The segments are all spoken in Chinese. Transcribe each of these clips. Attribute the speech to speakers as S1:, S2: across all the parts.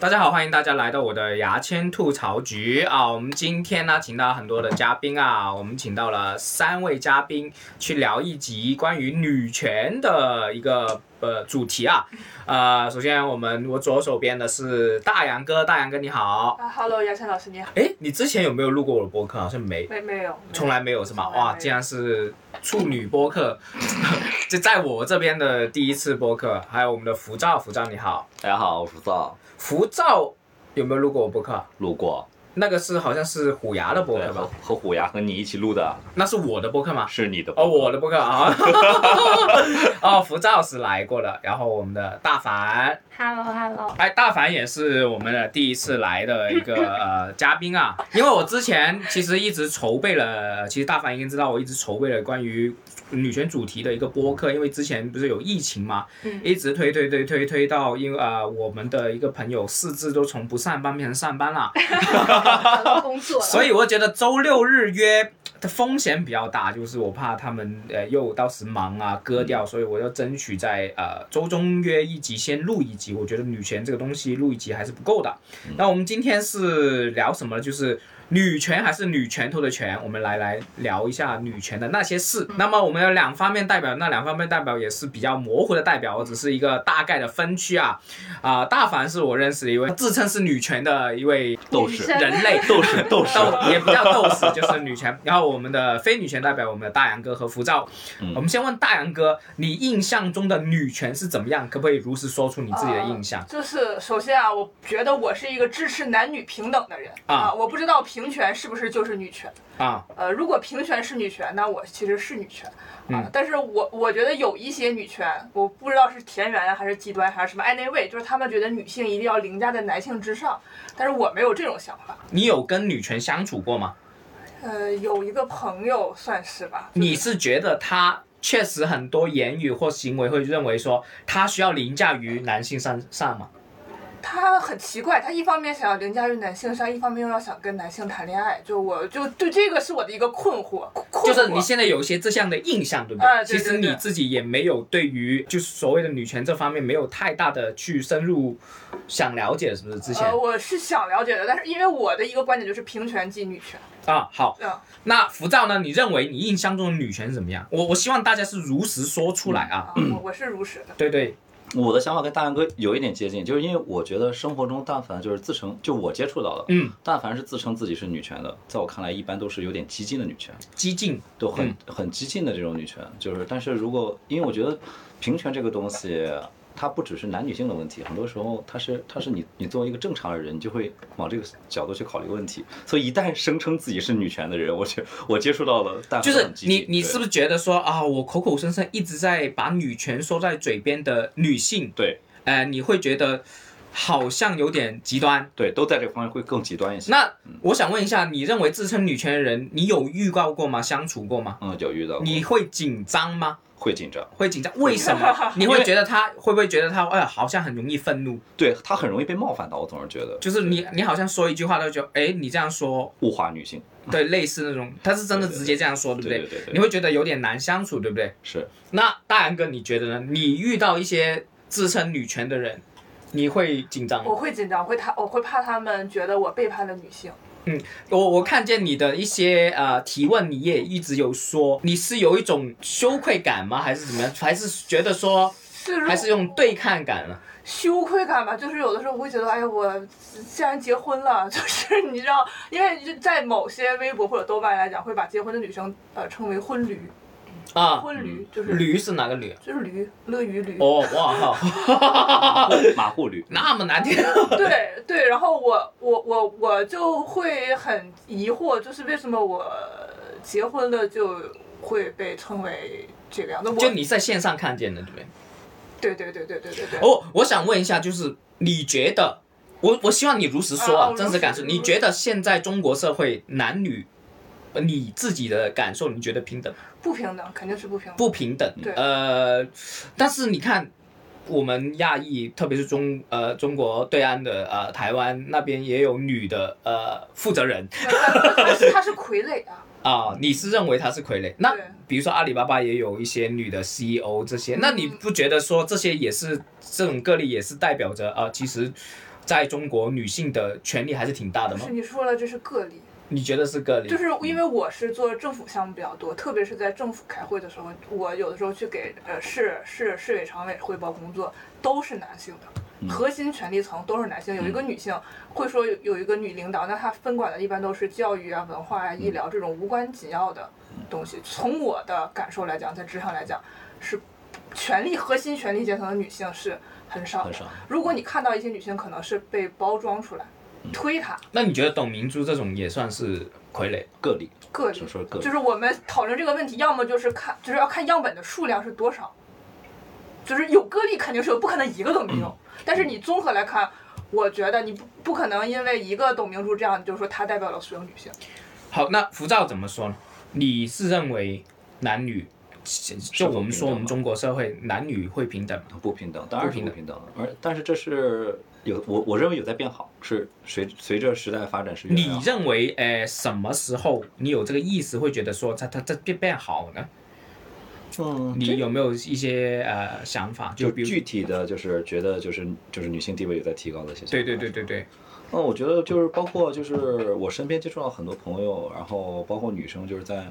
S1: 大家好，欢迎大家来到我的牙签吐槽局啊！我们今天呢，请到很多的嘉宾啊，我们请到了三位嘉宾去聊一集关于女权的一个呃主题啊。呃，首先我们我左手边的是大杨哥，大杨哥你好。
S2: 啊，Hello，杨晨老师你好。
S1: 哎，你之前有没有录过我的播客？好像没。
S2: 没没有，
S1: 从来没有是吗？
S2: 从来没有
S1: 哇，竟然是处女播客，这在我这边的第一次播客。还有我们的浮躁，浮躁你好，
S3: 大家好，我是赵，
S1: 浮躁有没有录过我播客啊？
S3: 路过，
S1: 那个是好像是虎牙的播
S3: 对，
S1: 客
S3: 和
S1: 吧？
S3: 和虎牙和你一起录的
S1: 那是我的播客吗？
S3: 是你的
S1: 哦，我的播客啊， 哦，浮躁是来过了，然后我们的大凡，
S4: Hello Hello，
S1: 哎，大凡也是我们的第一次来的一个呃嘉宾啊，因为我之前其实一直筹备了，其实大凡应该知道，我一直筹备了关于女权主题的一个播客，因为之前不是有疫情嘛，
S2: 嗯
S1: 一直推推推推推到，因为呃我们的一个朋友四肢都从不上班变成上班了，
S4: 找到工作 了，
S1: 所以我觉得周六日约。的风险比较大，就是我怕他们呃又到时忙啊割掉，所以我要争取在呃周中约一集，先录一集。我觉得女权这个东西录一集还是不够的。那我们今天是聊什么呢？就是女权还是女拳头的拳，我们来来聊一下女权的那些事。那么我们有两方面代表，那两方面代表也是比较模糊的代表，我只是一个大概的分区啊。啊、大凡是我认识的一位自称是女权的一位
S3: 斗
S4: 女
S3: 士，
S4: 生
S1: 人类，
S3: 斗士，斗士，
S1: 斗也不叫斗士，就是女权。然后我们的非女权代表，我们的大杨哥和浮躁。
S3: 嗯
S1: 我们先问大杨哥，你印象中的女权是怎么样？可不可以如实说出你自己的印象？
S2: 就是首先啊，我觉得我是一个支持男女平等的人
S1: 啊
S2: 我不知道平权是不是就是女权。
S1: 啊，
S2: 呃，如果平权是女权，那我其实是女权啊、
S1: 嗯
S2: 但是我我觉得有一些女权，我不知道是田园啊还是极端还是什么 anyway，就是他们觉得女性一定要凌驾在男性之上，但是我没有这种想法。
S1: 你有跟女权相处过吗？
S2: 呃，有一个朋友算是吧，就是
S1: 你是觉得她确实很多言语或行为会认为说她需要凌驾于男性上上吗？
S2: 他很奇怪，他一方面想要凌驾于男性上，一方面又要想跟男性谈恋爱，就我就对这个是我的一个困惑，困惑
S1: 就是你现在有一些这项的印象，对不
S2: 啊哎
S1: 其
S2: 对
S1: 实
S2: 对对
S1: 你自己也没有对于就是所谓的女权这方面没有太大的去深入想了解，是不是？之前、
S2: 呃，我是想了解的，但是因为我的一个观点就是平权即女权，
S1: 啊，好，
S2: 嗯，
S1: 那浮躁呢？你认为你印象中的女权是怎么样？我我希望大家是如实说出来啊。
S2: 啊，我我是如实的，
S1: 对对，
S3: 我的想法跟大杨哥有一点接近，就是因为我觉得生活中但凡就是自称，就我接触到的，
S1: 嗯，
S3: 但凡是自称自己是女权的，在我看来一般都是有点激进的女权，
S1: 激进，
S3: 都很、
S1: 嗯
S3: 很激进的这种女权，就是但是如果因为我觉得平权这个东西。它不只是男女性的问题，很多时候它是它是你你作为一个正常的人，你就会往这个角度去考虑问题。所以一旦声称自己是女权的人，我觉我接触到了，但
S1: 就是你你是不
S3: 是
S1: 是觉得说啊，我口口声声一直在把女权说在嘴边的女性，
S3: 对
S1: 呃，你会觉得好像有点极端。
S3: 对都在这个方面会更极端一些？
S1: 那我想问一下，你认为自称女权的人，你有遇到过吗？相处过吗？
S3: 嗯，有遇到过
S1: 你会紧张吗？
S3: 会紧张，
S1: 会紧张？为什么？ 你会觉得他会不会觉得他哎呀，好像很容易愤怒？
S3: 对他很容易被冒犯到，我总是觉得
S1: 就是你你好像说一句话，他就觉得哎，你这样说
S3: 物化女性，
S1: 对，类似那种，他是真的直接这样说，对不
S3: 对对对对
S1: 你会觉得有点难相处，对不对？
S3: 是
S1: 那大杨哥，你觉得呢？你遇到一些自称女权的人，你会紧张
S2: 我
S1: 吗？
S2: 会紧张，会他我会怕他们觉得我背叛了女性，
S1: 我我看见你的一些呃提问，你也一直有说，你是有一种羞愧感吗？还是怎么样？还是觉得说，
S2: 是如
S1: 还是用对抗感啊呢？
S2: 羞愧感吧，就是有的时候我会觉得，哎呀，我既然结婚了， 就是你知道，因为就在某些微博或者豆瓣来讲，会把结婚的女生呃称为婚驴，
S1: 啊，
S2: 婚驴就是
S1: 驴是哪个驴？啊
S2: 就是驴，乐于驴。
S1: 哦，哇靠，啊
S3: 马户驴，
S1: 那么难听。
S2: 对对，然后我我我我就会很疑惑，就是为什么我结婚了就会被称为这个样子？我
S1: 就你在线上看见的，对不对？
S2: 对对对对对对对。
S1: 哦，我想问一下，就是你觉得，我我希望你如实说
S2: 啊
S1: 啊，
S2: 我
S1: 真实感受。
S2: 如实
S1: 你觉得现在中国社会男女，呃你自己的感受，你觉得平等吗
S2: 不平等肯定是不平等。
S1: 不平等？
S2: 对
S1: 呃，但是你看，我们亚裔，特别是中呃中国对岸的呃台湾那边也有女的呃负责人
S2: 他是他是傀儡啊，
S1: 啊、你是认为她是傀儡？那
S2: 对
S1: 比如说阿里巴巴也有一些女的 E
S2: 嗯
S1: CEO 这些，那你不觉得说这些也是这种个例也是代表着啊、呃其实在中国女性的权利还是挺大的吗
S2: 是？你说了这是个例，
S1: 你觉得是个例？
S2: 就是
S3: 嗯
S2: 因为我是做政府项目比较多，特别是在政府开会的时候，我有的时候去给呃市市市委常委汇报工作，都是男性
S3: 嗯
S2: 的，核心权力层都是男性，有一个女性会说有有一个女领导，那她分管的一般都是教育啊、文化啊、
S3: 嗯
S2: 医疗这种无关紧要的东西。从我的感受来讲，在职场来讲，是权力核心权力阶层的女性是很少
S3: 很
S2: 的。
S3: 少。
S2: 如果你看到一些女性，可能是被包装出来，
S3: 嗯
S2: 推她
S1: 那你觉得董明珠这种也算是傀儡？
S3: 个例，
S2: 个
S3: 只
S2: 例
S3: 能。说个例
S2: 就。是我们讨论这个问题，要么就是看，就是要看样本的数量是多少，就是有个例肯定是有，不可能一个都没
S3: 嗯
S2: 有。但是你综合来看，我觉得你不不可能因为一个董明珠这样，你就说她代表了所有女性。
S1: 好，那浮躁怎么说呢？你是认为男女，就我们说我们中国社会男女会平等吗？
S2: 啊
S3: 不平等，当然是
S1: 不
S3: 不
S1: 平
S3: 平等了。而但是这是有我我认为有在变好，是随随着时代发展是越来越
S1: 你
S3: 好。
S1: 认为，呃，什么时候你有这个意识，会觉得说它它它变变好呢？
S3: 嗯
S1: 你有没有一些呃想法？
S3: 就
S1: 比如
S3: 具体的就是觉得就是就是女性地位有在提高的现象。
S1: 对对对对对，
S3: 嗯，我觉得就是包括就是我身边接触到很多朋友，然后包括女生，就是在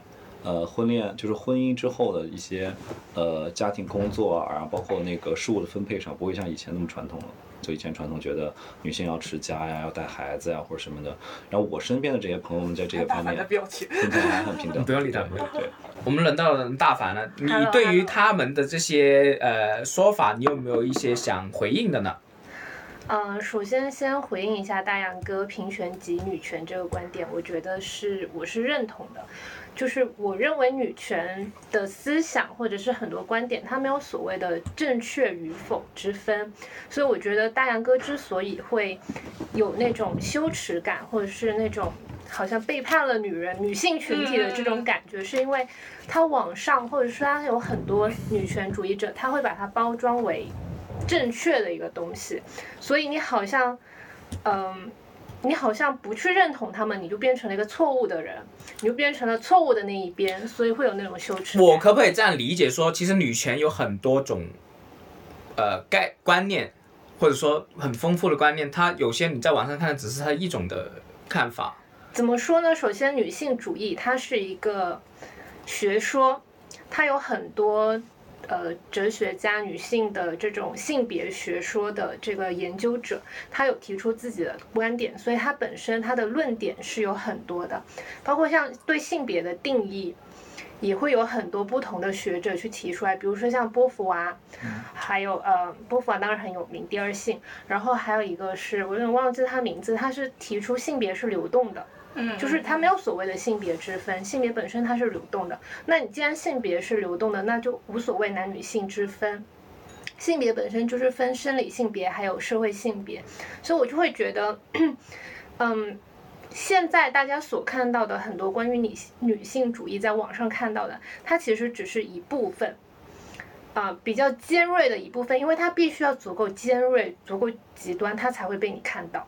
S3: 呃婚恋就是婚姻之后的一些呃家庭工作啊，然后包括那个事务的分配上，不会像以前那么传统了。就以前传统觉得女性要持家呀，要带孩子呀，或者什么的。然后我身边的这些朋友们在这个
S2: 大
S3: 方
S2: 凡
S3: 面
S2: 的表情，
S3: 平等还很平等。
S1: 不用理他不
S3: 对
S1: 用
S3: 对。
S1: 我们轮到了大凡了，你
S4: Hello，
S1: 对于
S4: hello
S1: 他们的这些呃说法，你有没有一些想回应的呢？
S4: 嗯，首先先回应一下大洋哥平权及女权这个观点，我觉得是我是认同的。就是我认为女权的思想或者是很多观点，它没有所谓的正确与否之分，所以我觉得大洋哥之所以会有那种羞耻感，或者是那种好像背叛了女人、女性群体的这种感觉，是因为他网上或者说他有很多女权主义者，他会把它包装为正确的一个东西，所以你好像，嗯。你好像不去认同他们，你就变成了一个错误的人，你就变成了错误的那一边，所以会有那种羞耻感。
S1: 我可不可以这样理解说，其实女权有很多种，呃，概观念，或者说很丰富的观念，它有些你在网上看的只是它一种的看法。
S4: 怎么说呢？首先，女性主义它是一个学说，它有很多呃哲学家、女性的这种性别学说的这个研究者，她有提出自己的观点，所以她本身她的论点是有很多的，包括像对性别的定义。也会有很多不同的学者去提出来，比如说像波伏娃，还有呃，波伏娃当然很有名，《第二性》，然后还有一个是我有点忘记他名字，他是提出性别是流动的，
S2: 嗯，
S4: 就是它没有所谓的性别之分，性别本身它是流动的。那你既然性别是流动的，那就无所谓男女性之分。性别本身就是分生理性别还有社会性别，所以我就会觉得，嗯，现在大家所看到的很多关于女女性主义在网上看到的，它其实只是一部分。啊、比较尖锐的一部分，因为它必须要足够尖锐、足够极端，它才会被你看到。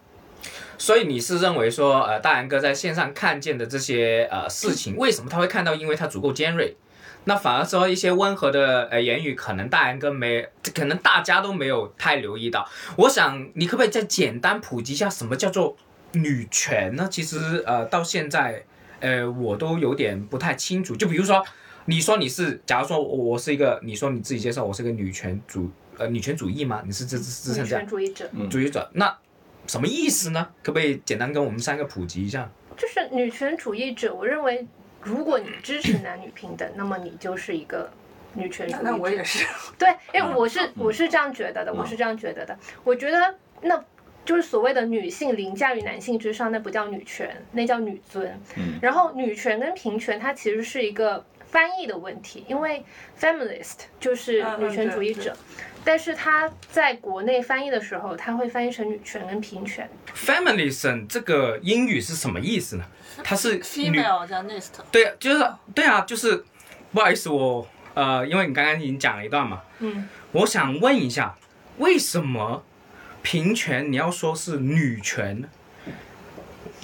S1: 所以你是认为说，呃，大杨哥在线上看见的这些呃事情，为什么他会看到？因为他足够尖锐。那反而说一些温和的呃言语，可能大杨哥没，可能大家都没有太留意到。我想你可不可以再简单普及一下什么叫做女权呢？其实呃到现在，呃我都有点不太清楚。就比如说，你说你是，假如说我我是一个，你说你自己介绍我是一个女权主呃女权主义吗？你是自自自
S4: 女
S1: 称这样
S4: 权？主义者，
S3: 嗯
S1: 主义者，那什么意思呢？可不可以简单跟我们三个普及一下？
S4: 就是女权主义者，我认为，如果你支持男女平等，那么你就是一个女权主
S2: 那
S4: 义者。
S2: 那我也是，
S4: 对，因为我是、我是这样觉得的，
S3: 嗯
S4: 我是这样觉得的。我觉得那就是所谓的女性凌驾于男性之上，那不叫女权，那叫女尊。
S3: 嗯
S4: 然后女权跟平权，它其实是一个翻译的问题，因为 feminist 就是
S2: 嗯嗯
S4: 女权主义者，但是它在国内翻译的时候，它会翻译成女权跟平权。
S1: feminism 这个英语是什么意思呢？它是女
S2: 加 nist，
S1: 对，就是对啊，就是不好意思，我呃，因为你刚刚已经讲了一段嘛，
S4: 嗯，
S1: 我想问一下，为什么平权你要说是女权呢？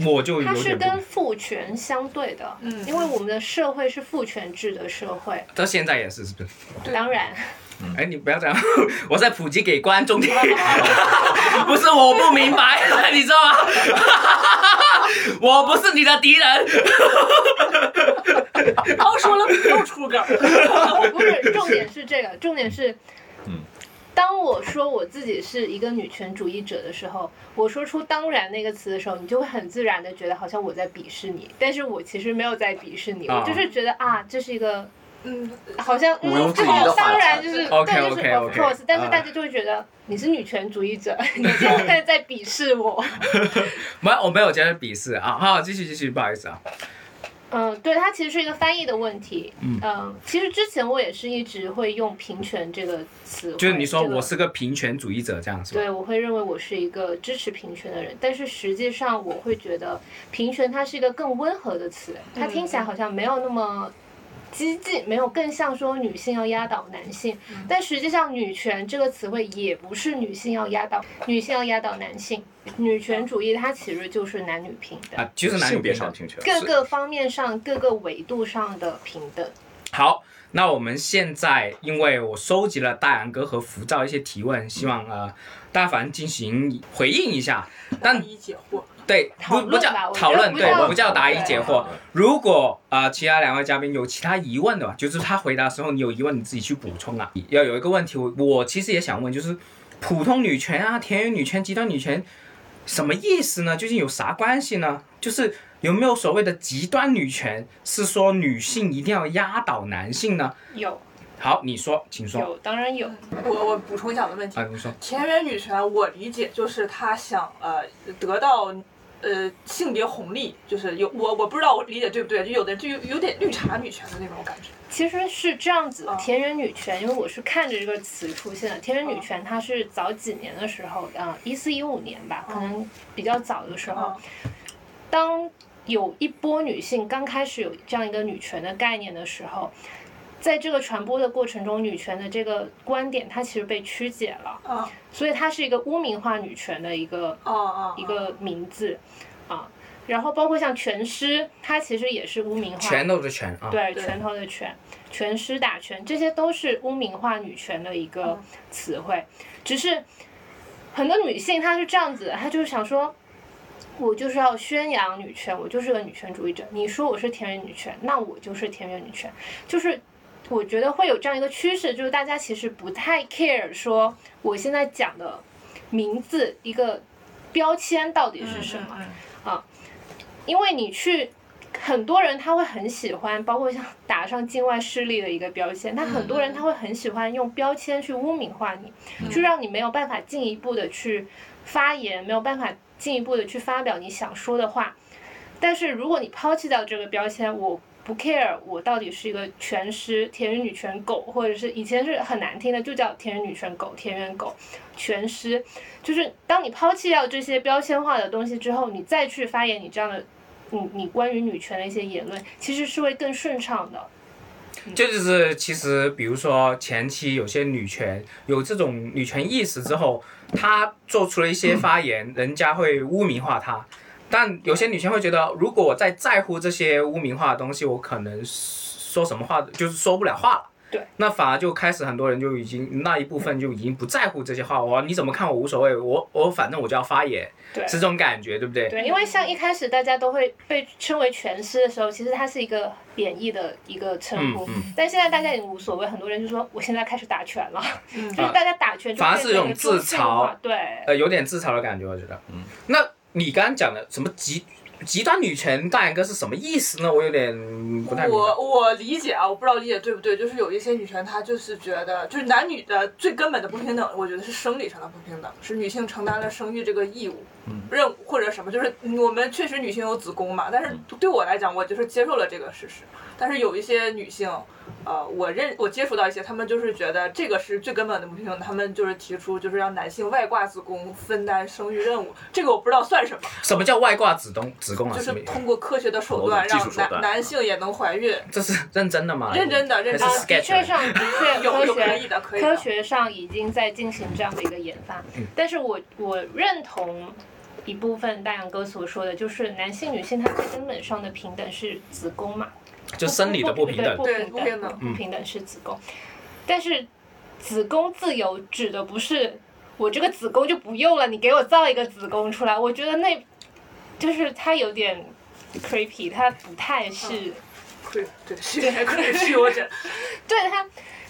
S1: 我就
S4: 它
S1: 有
S4: 是
S1: 点不
S4: 跟父权相对的，
S2: 嗯
S4: 因为我们的社会是父权制的社会，
S1: 到现在也是，是不是？
S2: 对
S4: 当然，
S1: 哎，你不要这样， 我在普及给观众听， 不是我不明白， 你知道吗？我不是你的敌人，
S2: 刚说了又出梗，
S4: 哦不是，重点是这个，重点是，
S3: 嗯，
S4: 当我说我自己是一个女权主义者的时候，我说出“当然”那个词的时候，你就会很自然的觉得好像我在鄙视你，但是我其实没有在鄙视你，
S1: 啊
S4: 我就是觉得啊，这是一个
S2: 嗯，
S4: 好像
S3: 毋庸
S4: 嗯，
S3: 置
S4: 这
S3: 疑的
S4: 个
S3: 话
S4: 当
S3: 题
S4: 然就是对，就是 of
S1: OK，OK，OK，
S4: course，但是
S3: 嗯
S1: 啊
S4: 大家就会觉得你是女权主义者， 你现在在鄙视我。
S1: 没有，我没有觉得鄙视啊，好，继续继续，不好意思啊，
S4: 嗯，对，它其实是一个翻译的问题。
S1: 嗯
S4: 其实之前我也是一直会用“平权”这个词汇，
S1: 就是你说
S4: 这个
S1: 我是个平权主义者这样是吧？
S4: 对，我会认为我是一个支持平权的人，但是实际上我会觉得平权它是一个更温和的词，它听起来好像没有那么激进，没有更像说女性要压倒男性，但实际上女权这个词汇也不是女性要压倒女性要压倒男性，女权主义它其实就是男女平等，
S1: 啊，就是男女
S3: 性别
S1: 平
S3: 上
S1: 等。
S3: 平权，
S4: 各个方面上各个维度上的平等。
S1: 好，那我们现在因为我收集了大杨哥和浮躁一些提问，希望呃大凡进行回应一下。但
S2: 一解惑，
S1: 对，
S4: 讨
S1: 不不
S4: 论
S1: 叫
S4: 吧我觉得
S1: 讨论，
S4: 不
S1: 对，
S4: 叫
S1: 不叫答疑解惑
S3: 对。
S1: 如果啊、呃其他两位嘉宾有其他疑问的话，就是他回答的时候你有疑问，你自己去补充啊。要有一个问题，我我其实也想问，就是普通女权啊、田园女权、极端女权，什么意思呢？究竟有啥关系呢？就是有没有所谓的极端女权，是说女性一定要压倒男性呢？
S4: 有
S1: 好，你说，请说
S4: 有，当然有。
S2: 我我补充一下我的问题
S1: 啊，，你说
S2: 田园女权，我理解就是她想呃得到呃性别红利，就是有我我不知道我理解对不对，就有的就有有点绿茶女权的那种感觉。
S4: 其实是这样子的
S2: 嗯，
S4: 田园女权，因为我是看着这个词出现的。田园女权它是早几年的时候，嗯，一四一五年吧，
S2: 嗯
S4: 可能比较早的时候
S2: 嗯，
S4: 当有一波女性刚开始有这样一个女权的概念的时候，在这个传播的过程中，女权的这个观点它其实被曲解了，
S2: 啊
S4: 所以它是一个污名化女权的一个
S2: 啊啊！
S4: 一个名字啊。然后包括像全诗，它其实也是污名化
S1: 拳头的拳啊，
S4: 对，
S2: 对
S4: 拳头的拳、拳师打拳，这些都是污名化女权的一个词汇。只是很多女性她是这样子的，她就是想说，我就是要宣扬女权，我就是个女权主义者。你说我是田园女权，那我就是田园女权。就是我觉得会有这样一个趋势，就是大家其实不太 care 说我现在讲的名字一个标签到底是什么。
S2: 嗯？嗯
S4: 因为你去，很多人他会很喜欢，包括像打上境外势力的一个标签，但很多人他会很喜欢用标签去污名化你，
S2: 嗯
S4: 去让你没有办法进一步的去发言，没有办法进一步的去发表你想说的话。但是如果你抛弃掉这个标签，我。不 care，我到底是一个全师田园女权狗，或者是以前是很难听的，就叫田园女权狗、田园狗、全师，就是当你抛弃掉这些标签化的东西之后，你再去发言你这样的嗯你你关于女权的一些言论，其实是会更顺畅的。
S1: 这就是其实，比如说前期有些女权有这种女权意识之后，她做出了一些发言，人家会污名化她。但有些女权会觉得，如果我再在乎这些污名化的东西，我可能说什么话就是说不了话了。
S4: 对，
S1: 那反而就开始很多人就已经那一部分就已经不在乎这些话，我你怎么看我无所谓，我我反正我就要发言，
S4: 对
S1: 是这种感觉，对不对？
S4: 对，因为像一开始大家都会被称为全师的时候，其实它是一个贬义的一个称呼，
S1: 嗯嗯
S4: 但现在大家也无所谓，很多人就说我现在开始打拳了，
S2: 嗯
S4: 就是大家打拳就
S1: 反而
S4: 变
S1: 是一
S4: 成
S1: 种
S4: 一个中
S1: 自
S4: 性
S1: 嘲
S4: 化，对，
S1: 呃，有点自嘲的感觉，我觉得。嗯，那你刚刚讲的什么极极端女权大眼哥是什么意思呢？我有点不太明白。
S2: 我我理解啊，我不知道理解对不对，就是有一些女权，她就是觉得，就是男女的最根本的不平等，我觉得是生理上的不平等，是女性承担了生育这个义务、
S3: 嗯
S2: 任务或者什么，就是嗯我们确实女性有子宫嘛，但是
S3: 嗯
S2: 对我来讲，我就是接受了这个事实。但是有一些女性，呃，我认我接触到一些，她们就是觉得这个是最根本的不平等，她们就是提出就是让男性外挂子宫分担生育任务，这个我不知道算什么。
S1: 什么叫外挂子宫子宫啊？
S2: 就是
S1: 什么意思
S2: 通过科学的手段
S3: 某种技术
S2: 让
S3: 手段
S2: 男男性也能怀孕，
S1: 这是认真的吗？
S2: 认真的认真
S1: 还
S4: 啊
S1: 是，
S2: 的
S4: 的
S1: sketch
S4: 确上的 确
S2: 有
S4: 科
S2: 有
S4: 学
S2: 可以的，可以
S4: 科
S2: 的。
S4: 学上已经在进行这样的一个研发，
S1: 嗯
S4: 但是我我认同一部分大杨哥所说的，就是男性女性它最根本上的平等是子宫嘛，
S1: 就生理的不平等嗯
S4: 不。
S2: 对
S4: 平
S2: 不平
S4: 等，
S2: 等
S4: 不平等是子宫，但是子宫自由指的不是我这个子宫就不用了，你给我造一个子宫出来。我觉得那就是它有点 creepy，它不太是。
S2: 对对，是 还可以去，我 觉得
S4: 对他，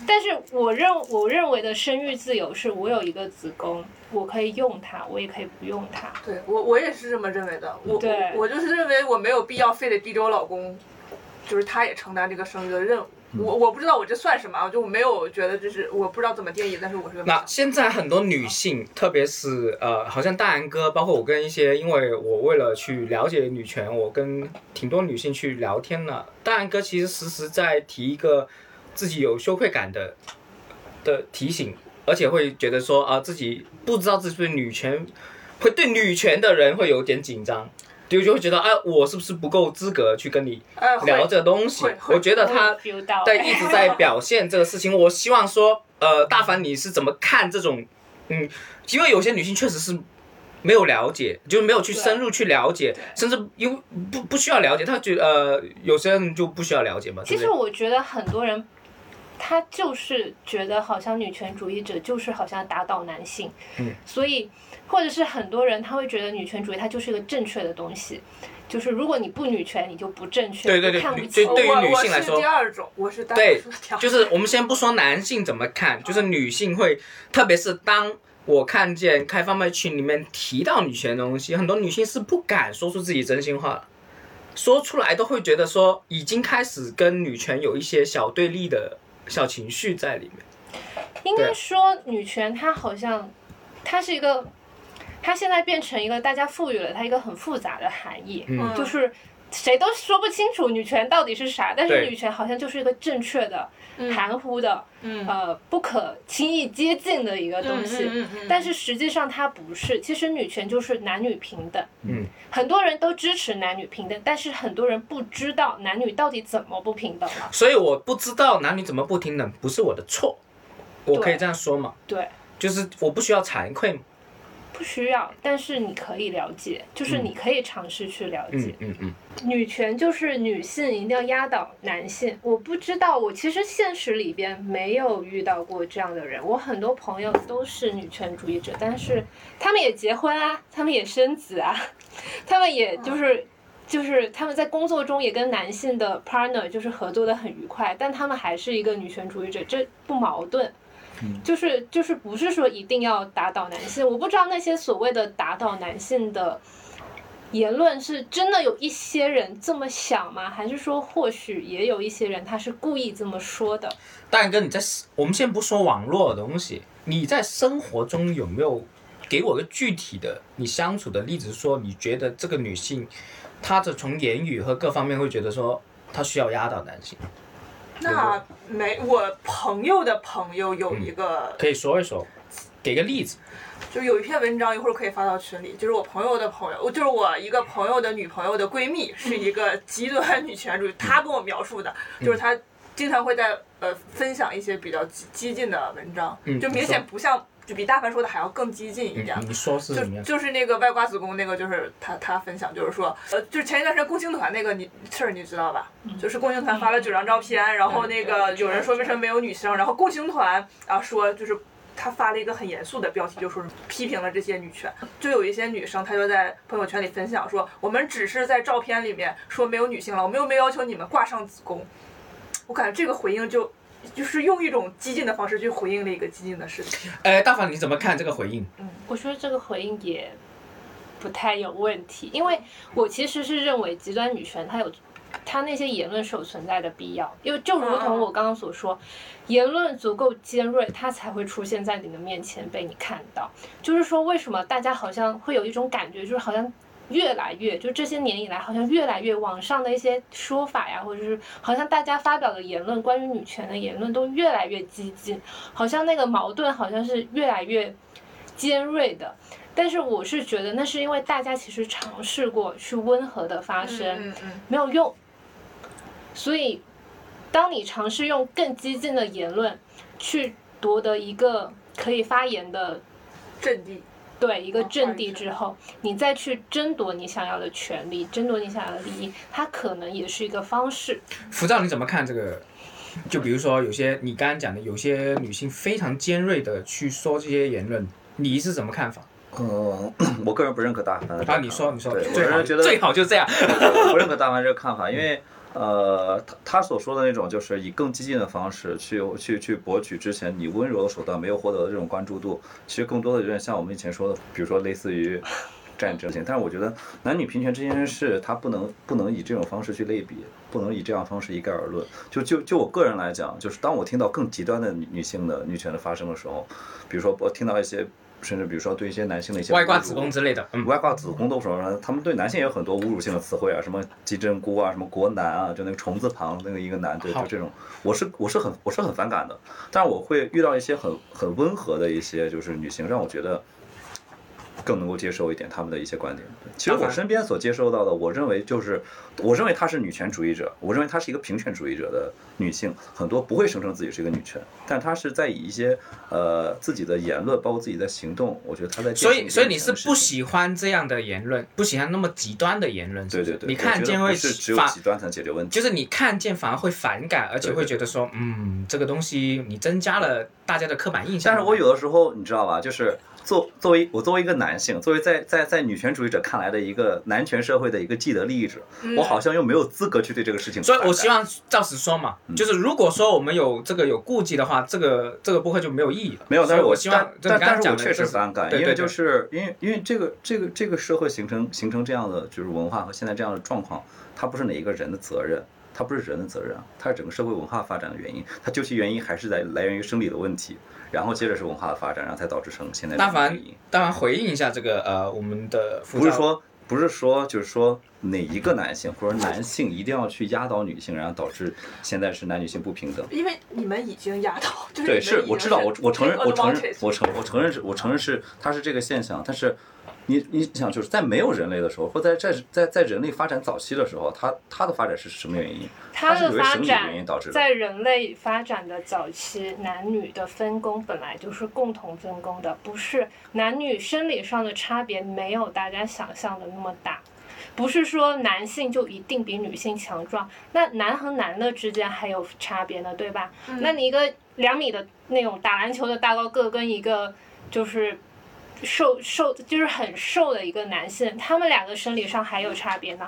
S4: 但是我认我认为的生育自由是我有一个子宫，我可以用它，我也可以不用它。
S2: 对我我也是这么认为的。我
S4: 对
S2: 我我就是认为我没有必要非得逼着我老公，就是他也承担这个生育的任务。
S1: 嗯
S2: 我我不知道我这算什么啊，我就没有觉得这是我不知道怎么定义，但是我是这么
S1: 那
S2: 想
S1: 现在很多女
S2: 嗯
S1: 性，特别是呃，好像大然哥，包括我跟一些，因为我为了去了解女权，我跟挺多女性去聊天了。大然哥其实时时在提一个自己有羞愧感的的提醒，而且会觉得说啊、自己不知道自己对女权，会对女权的人会有点紧张。就就会觉得，哎、我是不是不够资格去跟你
S2: 哎会
S1: 聊这个东西
S2: 会？会
S1: 我觉得他
S4: 我 feel 到哎
S1: 在一直 在表现这个事情。我希望说，呃，大凡你是怎么看这种，嗯，因为有些女性确实是没有了解，就是没有去
S4: 对
S1: 深入去了解，甚至因为不不需要了解，她觉得呃，有些人就不需要了解嘛，对
S4: 其
S1: 不
S4: 实
S1: 对？
S4: 我觉得很多人，他就是觉得好像女权主义者就是好像打倒男性，
S1: 嗯
S4: 所以或者是很多人他会觉得女权主义它就是一个正确的东西，就是如果你不女权，你就不正确，
S1: 对对对
S4: 不看不
S1: 女
S4: 起
S1: 就对于女性来说
S2: 我我是第二种，我是单
S1: 对
S2: 纯的
S1: 就是我们先不说男性怎么看， 就是女性会，特别是当。我看见开放麦群里面提到女权的东西，很多女性是不敢说出自己真心话了，说出来都会觉得说已经开始跟女权有一些小对立的小情绪在里面。
S4: 应该
S1: 对
S4: 说，女权它好像，它是一个，它现在变成一个大家赋予了它一个很复杂的含义，
S1: 嗯
S4: 就是谁都说不清楚女权到底是啥，但是
S1: 对
S4: 女权好像就是一个正确的、含糊的、
S2: 嗯
S4: 呃不可轻易接近的一个东西。
S2: 嗯嗯嗯嗯
S4: 但是实际上它不是，其实女权就是男女平等。
S1: 嗯，
S4: 很多人都支持男女平等，但是很多人不知道男女到底怎么不平等了。
S1: 所以我不知道男女怎么不平等，不是我的错，我可以
S4: 对
S1: 这样说嘛，
S4: 对。
S1: 就是我不需要惭愧嘛。
S4: 不需要，但是你可以了解，就是你可以尝试去了解
S1: 嗯。嗯嗯，
S4: 女权就是女性一定要压倒男性，我不知道，我其实现实里边没有遇到过这样的人。我很多朋友都是女权主义者，但是他们也结婚啊，他们也生子啊，他们也就是。就是他们在工作中也跟男性的 partner 就是合作的很愉快，但他们还是一个女权主义者，这不矛盾。就是就是不是说一定要打倒男性，我不知道那些所谓的打倒男性的言论是真的有一些人这么想吗？还是说或许也有一些人他是故意这么说的？
S1: 大然哥，你在我们先不说网络的东西，你在生活中有没有给我个具体的你相处的例子，说你觉得这个女性，她的从言语和各方面会觉得说她需要压倒男性，
S2: 那没我朋友的朋友有一个
S1: 可以说一说，给个例子。
S2: 就是有一篇文章，一会儿可以发到群里。就是我朋友的朋友，就是我一个朋友的女朋友的闺蜜，是一个极端女权主义。她跟我描述的，
S1: 嗯
S2: 就是她经常会在呃分享一些比较激激进的文章，
S1: 嗯
S2: 就明
S1: 你
S2: 显不像，就比大凡说的还要更激进一
S1: 嗯
S2: 点。，
S1: 你说是
S2: 就
S1: 怎么样？
S2: 就是那个外挂子宫那个，就是他他分享，就是说，呃，就是前一段时间共青团那个你事儿你知道吧？
S4: 嗯
S2: 就是共青团发了九张照片，然后那个有人说为什么没有女生，然后共青团啊说就是。他发了一个很严肃的标题，就说是批评了这些女权，就有一些女生，她就在朋友圈里分享说，我们只是在照片里面说没有女性了，我们又没有要求你们挂上子宫。我感觉这个回应就就是用一种激进的方式去回应了一个激进的事情。
S1: 哎，大凡你怎么看这个回应？
S4: 我觉得这个回应也不太有问题，因为我其实是认为极端女权它有它那些言论是有存在的必要，因为就如同我刚刚所说，言论足够尖锐，它才会出现在你的面前被你看到。就是说，为什么大家好像会有一种感觉，就是好像。越来越，就这些年以来，好像越来越网上的一些说法呀，或者是好像大家发表的言论，关于女权的言论都越来越激进，好像那个矛盾好像是越来越尖锐的。但是我是觉得，那是因为大家其实尝试过去温和的发声，
S2: 嗯嗯嗯。
S4: 没有用。所以，当你尝试用更激进的言论去夺得一个可以发言的
S2: 阵地。
S4: 对一个
S2: 哦
S4: 阵
S2: 话语
S4: 地之
S2: 权
S4: 后，你再去争夺你想要的权利，争夺你想要的利益，它可能也是一个方式。
S1: 浮躁，你怎么看这个就比如说有些你刚刚讲的，有些女性非常尖锐的去说这些言论，你是什么看法？
S3: 嗯， 我个人不认可大凡的这个看法。
S1: 啊，你说你说，
S3: 对
S1: 最
S3: 我
S1: 好
S3: 是觉得
S1: 最好就这样。
S3: 我不认可大凡这个看法，因为呃，他他所说的那种就是以更激进的方式去去去博取之前你温柔的手段没有获得的这种关注度，其实更多的有点像我们以前说的，比如说类似于。战争，但是我觉得男女平权这件事，它不能不能以这种方式去类比，不能以这样的方式一概而论。就就就我个人来讲，就是当我听到更极端的女女性的女权的发生的时候，比如说我听到一些，甚至比如说对一些男性的一些
S1: 外挂
S3: 侮辱
S1: 子宫之类的，嗯，
S3: 外挂子宫都什么，他们对男性也有很多侮辱性的词汇啊，什么鸡胗菇啊，什么国男啊，就那个虫字旁那个一个男，对，
S1: 好
S3: 就这种，我是我是很我是很反感的，但是我会遇到一些很很温和的一些就是女性，让我觉得更能够接受一点他们的一些观点。对其实
S1: 当
S3: 我
S1: 然
S3: 身边所接受到的，我认为就是我认为她是女权主义者，我认为她是一个平权主义者的女性，很多不会声称自己是一个女权，但她是在以一些呃自己的言论，包括自己的行动，我觉得她在践
S1: 所
S3: 行
S1: 以
S3: 这
S1: 所以
S3: 种
S1: 你
S3: 事
S1: 是
S3: 情
S1: 不喜欢这样的言论，不喜欢那么极端的言论，是
S3: 对
S1: 不是
S3: 对
S1: 你
S3: 对，我
S1: 看
S3: 觉得
S1: 见
S3: 不
S1: 会
S3: 是只有
S1: 反
S3: 极端才能解决问题，
S1: 就是你看见反而会反感，而且
S3: 对对
S1: 会觉得说，嗯，这个东西你增加了大家的刻板印象。
S3: 但是我有的时候你知道吧，就是作作为我作为一个男性，作为在在在女权主义者看来的一个男权社会的一个既得利益者，
S2: 嗯
S3: 我好像又没有资格去对这个事情
S1: 嗯所
S3: 反
S1: 以
S3: 感。嗯
S1: 我希望照实说嘛，就是如果说我们有这个有顾忌的话，这个这个播客就没有意义了。
S3: 没有，
S1: 所
S3: 但
S1: 以
S3: 是
S1: 我
S3: 我
S1: 希望，就你刚
S3: 但但
S1: 刚
S3: 但是
S1: 讲
S3: 我
S1: 的
S3: 确实
S1: 这是
S3: 反感，
S1: 对
S3: 因
S1: 对
S3: 为
S1: 对
S3: 就是因为因为这个这个这个社会形成形成这样的就是文化和现在这样的状况，它不是哪一个人的责任。它不是人的责任啊，它是整个社会文化发展的原因。它究其原因，还是在来源于生理的问题，然后接着是文化的发展，然后才导致成现在这
S1: 大
S3: 样的
S1: 凡
S3: 原因。
S1: 当然回应一下这个呃我们的副
S3: 不是
S1: 照
S3: 说不是说就是说哪一个男性或者男性一定要去压倒女性，然后导致现在是男女性不平等。
S2: 因为你们已经压倒， 就是
S3: 对，
S2: 你们
S3: 是
S2: 已
S3: 我
S2: 经
S3: 知道，我我承认，我承认
S2: advantage，
S3: 我承我承认是，我承认是它是这个现象，但是。你你想，就是在没有人类的时候，或在在在在人类发展早期的时候，它它的发展是什么原因？
S4: 它
S3: 是
S4: 的
S3: 由于
S4: 发
S3: 生理原因
S4: 展
S3: 导致的。
S4: 在人类发展的早期，男女的分工本来就是共同分工的，不是男女生理上的差别没有大家想象的那么大。不是说男性就一定比女性强壮，那男和男的之间还有差别呢，对吧？
S2: 嗯
S4: 那你一个两米的那种打篮球的大高个跟一个就是瘦瘦就是很瘦的一个男性，他们两个生理上还有差别呢。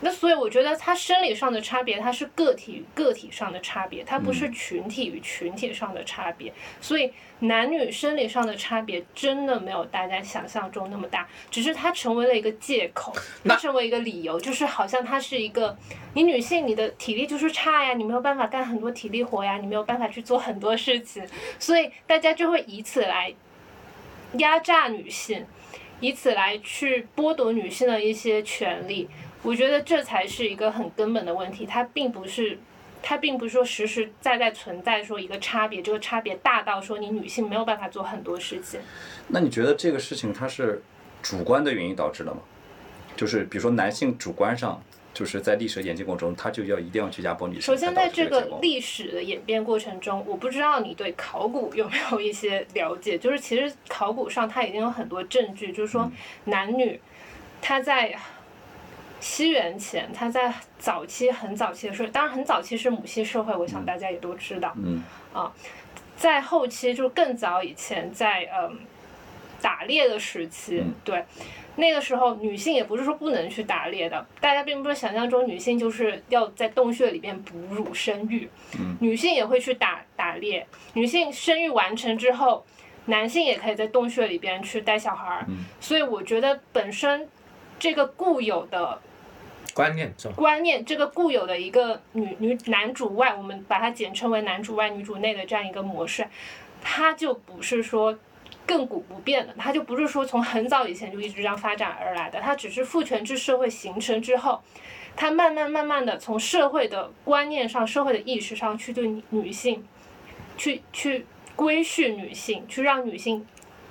S4: 那所以我觉得他生理上的差别，它是个体与个体上的差别，它不是群体与群体上的差别。所以男女生理上的差别真的没有大家想象中那么大，只是它成为了一个借口，
S1: 那
S4: 它成为一个理由，就是好像它是一个你女性你的体力就是差呀，你没有办法干很多体力活呀，你没有办法去做很多事情，所以大家就会以此来压榨女性，以此来去剥夺女性的一些权利。我觉得这才是一个很根本的问题，它并不是。它并不是说实实在在存在说一个差别，这个差别大到说你女性没有办法做很多事情。
S3: 那你觉得这个事情它是主观的原因导致的吗？就是比如说男性主观上，就是在历史演进过程中，他就要一定要去压迫女性。
S4: 首
S3: 才
S4: 先，
S3: 导
S4: 在
S3: 致这结
S4: 这个
S3: 果
S4: 历史的演变过程中，我不知道你对考古有没有一些了解。就是其实考古上它已经有很多证据，就是说男女，它在西元前，它在早期很早期的时候，当然很早期是母系社会，我想大家也都知道。
S3: 嗯，
S4: 在后期就更早以前，在嗯打猎的时期，
S3: 嗯
S4: 对，那个时候女性也不是说不能去打猎的，大家并不是想象中女性就是要在洞穴里边哺乳生育，
S3: 嗯
S4: 女性也会去打打猎，女性生育完成之后，男性也可以在洞穴里边去带小孩儿，
S3: 嗯
S4: 所以我觉得本身这个固有的
S1: 观念是吧？
S4: 观念，这个固有的一个女女男主外，我们把它简称为男主外女主内的这样一个模式，它就不是说亘古不变的，它就不是说从很早以前就一直这样发展而来的，它只是父权制社会形成之后，它慢慢慢慢的从社会的观念上、社会的意识上去对女女性，去去规训女性，去让女性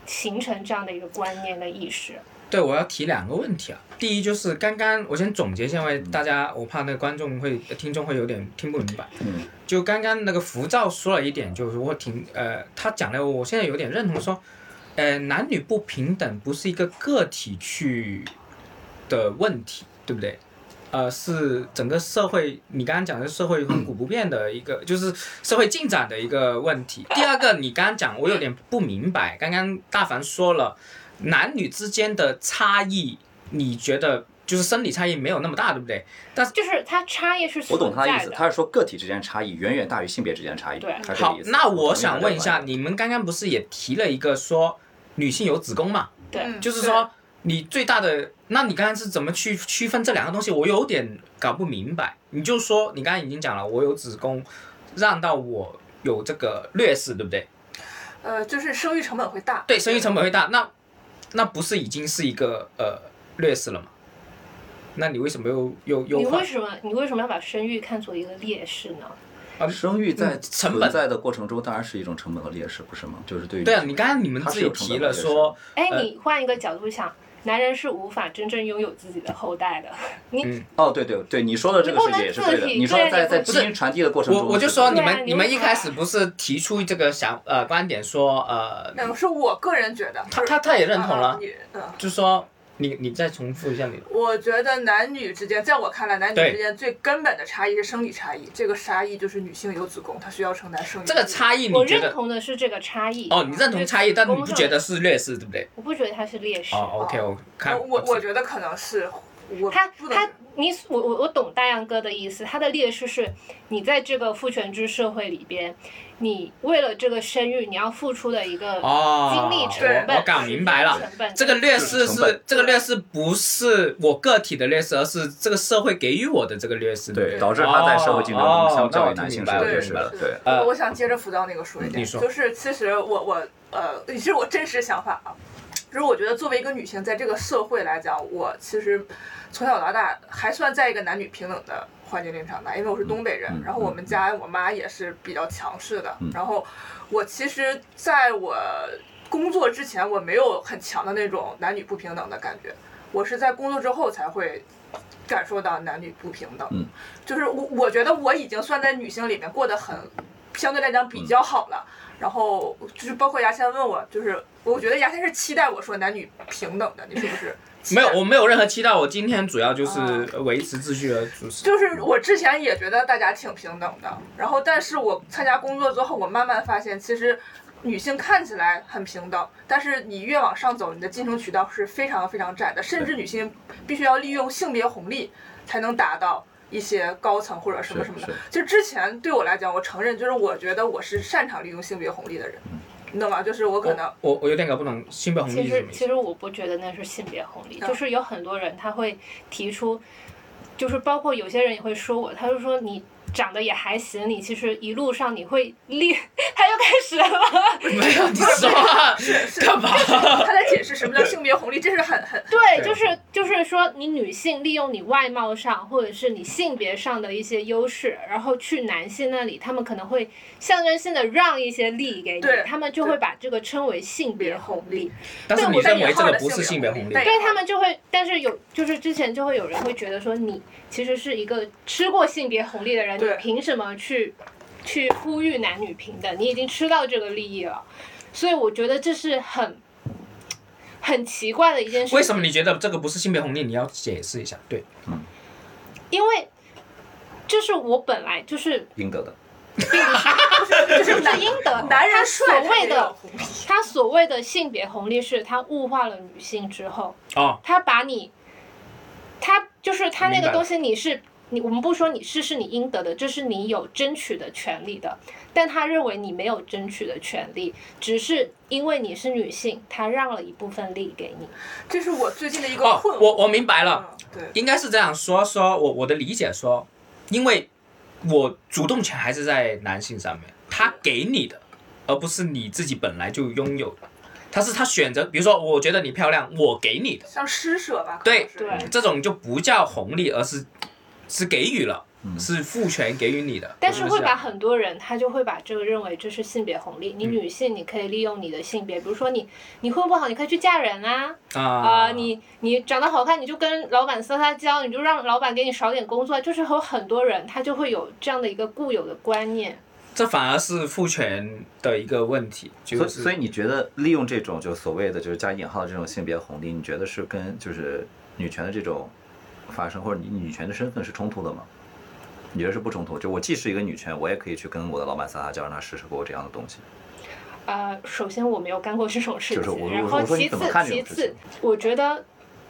S4: 形成这样的一个观念的意识。
S1: 对，我要提两个问题啊。第一就是刚刚我先总结一下，因为大家我怕那个观众会、听众会有点听不明白。
S3: 嗯，
S1: 就刚刚那个浮躁说了一点，就是我挺呃，他讲的，我现在有点认同说，呃，男女不平等不是一个个体去的问题，对不对？呃，是整个社会，你刚刚讲的社会亘古不变的一个，就是社会进展的一个问题。第二个，你刚刚讲，我有点不明白，刚刚大凡说了，男女之间的差异，你觉得就是生理差异没有那么大，对不对？
S4: 就是它差异是
S3: 我懂
S4: 存
S3: 他的意
S4: 在
S3: 思，
S4: 的。
S3: 他是说个体之间差异远远大于性别之间差异，
S4: 对
S3: 他这个
S1: 好
S3: 意，思。
S1: 那
S3: 同
S1: 我
S3: 意
S1: 想
S3: 这
S1: 问
S3: 个
S1: 一
S3: 观
S1: 下，
S3: 点
S1: 你们刚刚不是也提了一个说女性有子宫嘛？
S4: 对，
S1: 就是
S2: 对
S1: 说你最大的，那你刚刚是怎么去区分这两个东西？我有点搞不明白。你就说你刚刚已经讲了，我有子宫，让到我有这个劣势，对不对？
S2: 呃，就是生育成本会大。
S1: 对，生育成本会
S4: 嗯
S1: 大，那那不是已经是一个呃劣势了吗？那你为什么又又
S4: 你
S1: 又化
S4: 为什么你为什么要把生育看作一个劣势呢？
S1: 呃
S3: 生育在
S1: 嗯成
S3: 存
S1: 本
S3: 在的过程中，当然是一种成本和劣势，不是吗？就是对于
S1: 对啊，你刚刚你们
S3: 它
S1: 自
S3: 是
S1: 己
S3: 有成
S1: 提了
S3: 本的
S1: 说，
S4: 哎，
S1: 呃
S4: 你换一个角度想，男人是无法真正拥有自己的后代的。你、
S1: 嗯
S3: 哦，对对对，你说的这个
S4: 你不
S3: 是
S4: 能
S3: 也是对
S4: 自
S3: 的。
S4: 体
S3: 你说
S4: 对
S3: 在
S4: 你
S3: 在
S4: 不
S3: 基因传递的过程
S1: 我
S3: 中，
S1: 我就说
S4: 对
S1: 你
S4: 啊
S1: 们
S4: 你
S1: 你们
S4: 为
S1: 一
S4: 什
S1: 开
S4: 么
S1: 始不是提出这个想呃观点说呃，
S2: 那是我个人觉得，
S1: 他他他也认同
S2: 啊
S1: 了，
S2: 你嗯。
S1: 就说你你再重复一下你的。
S2: 我觉得男女之间，在我看来，男女
S1: 对
S2: 之间最根本的差异是生理差异。这个差异就是女性有子宫，她需要承担生育。
S1: 这个差异
S4: 我
S1: 你觉
S4: 认
S1: 得？
S4: 同的是这个差异。
S1: 哦，你认同差异，但你不觉得
S4: 是？
S1: 是劣势，对不对？
S4: 我不觉得它是劣势。
S1: 哦，OK，我看
S2: 我我
S1: 我
S2: 我觉得可能是我
S4: 他
S2: 不能
S4: 他你我我我懂大杨哥的意思，他的劣势是你在这个父权制社会里边，你为了这个生育，你要付出的一个
S1: 哦
S4: 精力成
S2: 对
S4: 本、
S1: 我搞明白了
S4: 时间成本
S1: 这个劣
S3: 就
S1: 势
S3: 是成
S1: 是
S3: 本
S1: 这个劣势不是我个体的劣势，而是这个社会给予我的这个劣势。
S3: 对，
S1: 不
S3: 导致他在社会竞争
S1: 哦
S3: 中相较
S1: 哦
S3: 于男性
S1: 那
S3: 是
S1: 我听明白了
S3: 有劣势的
S2: 是。
S3: 对，
S1: 呃
S2: 我我想接着辅导那个说一
S1: 嗯你
S2: 点，
S1: 说
S2: 就是其实我我呃，也是我真实想法啊。就是我觉得作为一个女性，在这个社会来讲，我其实从小到大还算在一个男女平等的环境里长大，因为我是东北人，
S3: 嗯嗯
S2: 然后我们家我妈也是比较强势的，
S3: 嗯
S2: 然后我其实在我工作之前，我没有很强的那种男女不平等的感觉，我是在工作之后才会感受到男女不平等。
S3: 嗯
S2: 就是我我觉得我已经算在女性里面过得很相对来讲
S1: 嗯
S2: 比较好了。然后就是包括牙签问我，就是我觉得牙签是期待我说男女平等的，你是不是期
S1: 没
S2: 待？
S1: 有，我没有任何期待。我今天主要就是
S2: 啊
S1: 维持秩序和主持。
S2: 就是我之前也觉得大家挺平等的，然后但是我参加工作之后，我慢慢发现其实。女性看起来很平等，但是你越往上走，你的晋升渠道是非常非常窄的，甚至女性必须要利用性别红利才能达到一些高层或者什么
S3: 是
S2: 什么的
S3: 是。
S2: 就之前对我来讲，我承认，就是我觉得我是擅长利用性别红利的人，你懂吗？就是我可能
S1: 我我我有点搞不懂性别红利是
S4: 其
S1: 什
S4: 实
S1: 么意思
S4: 其。实我不觉得那是性别红利，
S2: 啊
S4: 就是有很多人他会提出，就是包括有些人也会说我，他就说你。长得也还行，你其实一路上你会练， 他就开始了。
S1: 没有，你说啊话干嘛？ 哦
S2: 他在解释什么叫性别红利，这是很很
S4: 对，
S1: 对
S4: 就是就是说，你女性利用你外貌上或者是你性别上的一些优势，然后去男性那里，他们可能会象征性的让一些利给你
S2: 对，
S4: 他们就会把这个称为性别
S2: 别
S4: 红
S2: 红
S4: 利
S2: 利。
S1: 但是
S4: 对
S1: 你
S4: 我
S1: 认为
S2: 引
S1: 这
S2: 号
S1: 个
S2: 的
S1: 不是性
S2: 性
S1: 别红
S2: 别红
S1: 利
S2: 利？
S4: 对他们就会，但是有就是之前就会有人会觉得说你其实是一个吃过性别红利的人，你
S2: 对
S4: 凭什么去去呼吁男女平等？你已经吃到这个利益了，所以我觉得这是很很奇怪的一件事。
S1: 为什么你觉得这个不是性别红利？你要解释一下。对，
S4: 因为这是我本来就是
S3: 应得的。
S2: 就是
S4: 不是
S2: 男
S4: 应得，
S2: 男人
S4: 他
S2: 帅
S4: 所谓
S2: 他也有
S4: 的
S2: 红利
S4: 他所谓的性别红利是他物化了女性之后，
S1: 哦，
S4: 他把你，他就是他那
S1: 明白
S4: 个
S1: 了
S4: 东西，你是你，我们不说你是是你应得的，这是你有争取的权利的，但他认为你没有争取的权利，只是因为你是女性，他让了一部分利给你。
S2: 这是我最近的一个
S1: 哦
S2: 困惑。，
S1: 我我明白了，
S2: 嗯，对，
S1: 应该是这样说说，我我的理解说，因为我主动权还是在男性上面，他给你的，而不是你自己本来就拥有的，他是他选择，比如说我觉得你漂亮，我给你的，
S2: 像施舍吧，
S1: 对
S2: 可能是
S4: 对
S1: 这种就不叫红利，而是是给予了，
S3: 嗯
S1: 是赋权给予你的，啊
S4: 但是
S1: 我觉
S4: 会
S1: 得这
S4: 把
S1: 样
S4: 很多人，他就会把这个认为这是性别红利。你
S1: 嗯
S4: 女性，你可以利用你的性别，比如说你你混不好，你可以去嫁人啊，啊、
S1: 啊，
S4: 你你长得好看，你就跟老板撒撒娇，你就让老板给你少点工作，就是有很多人他就会有这样的一个固有的观念。
S1: 这反而是赋权的一个问题，
S3: 所
S1: 就
S3: 以
S1: 是
S3: 所以你觉得利用这种就所谓的就是加引号的这种性别红利，你觉得是跟就是女权的这种发生，或者你女权的身份是冲突的吗？你觉得是不冲突？就我既是一个女权，我也可以去跟我的老板撒撒娇，让他试试给我这样的东西。
S4: 呃，首先我没有干过这种事
S3: 就是我
S4: 情，
S3: 我
S4: 然
S3: 我
S4: 后
S3: 说你
S4: 其
S3: 怎
S4: 次
S3: 么看这
S4: 其
S3: 种事
S4: 次，我觉得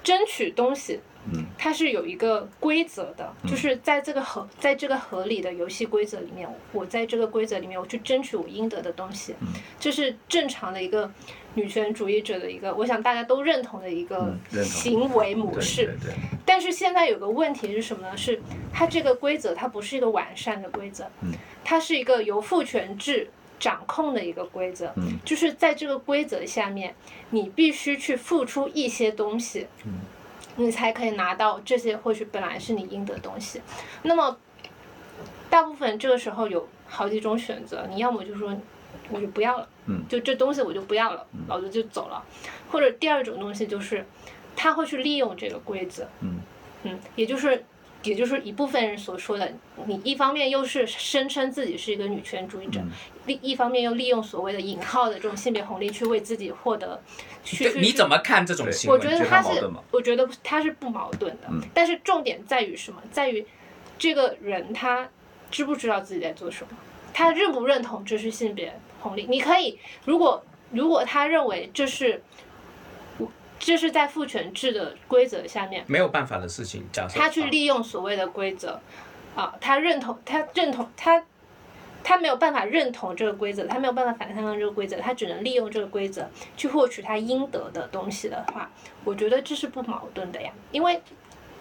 S4: 争取东西
S3: 嗯，
S4: 它是有一个规则的，
S3: 嗯
S4: 就是在这个合在这个合理的游戏规则里面，我在这个规则里面我去争取我应得的东西，
S3: 嗯
S4: 这是正常的一个女权主义者的一个，我想大家都认同的一个
S3: 嗯认同
S4: 行为模
S3: 对
S4: 式。
S3: 对对，
S4: 但是现在有个问题是什么呢？是它这个规则它不是一个完善的规则，
S3: 嗯
S4: 它是一个由父权制掌控的一个规则，
S3: 嗯
S4: 就是在这个规则下面，你必须去付出一些东西，
S3: 嗯
S4: 你才可以拿到这些或许本来是你应得的东西。那么，大部分这个时候有好几种选择，你要么就说我就不要了，
S3: 嗯
S4: 就这东西我就不要了，老子就走了；或者第二种东西就是他会去利用这个规则，
S3: 嗯
S4: 嗯，也就是。也就是一部分人所说的，你一方面又是声称自己是一个女权主义者，
S3: 嗯
S4: 另一方面又利用所谓的引号的这种性别红利去为自己获得，去
S1: 对，
S4: 去
S1: 你
S4: 去
S1: 怎么看这种
S3: 对
S1: 行
S4: 我
S1: 为？
S4: 觉得
S3: 这
S4: 他
S3: 它矛
S4: 是
S3: 盾吗，
S4: 我觉得他是不矛盾的，
S3: 嗯
S4: 但是重点在于什么？在于这个人他知不知道自己在做什么，他认不认同这是性别红利？你可以，如果如果他认为这是我这是在父权制的规则下面，
S1: 没有办法的事情，假设
S4: 他去利用所谓的规则，啊，他认同，他认同，他他没有办法认同这个规则，他没有办法反抗这个规则，他只能利用这个规则去获取他应得的东西的话，我觉得这是不矛盾的呀，因为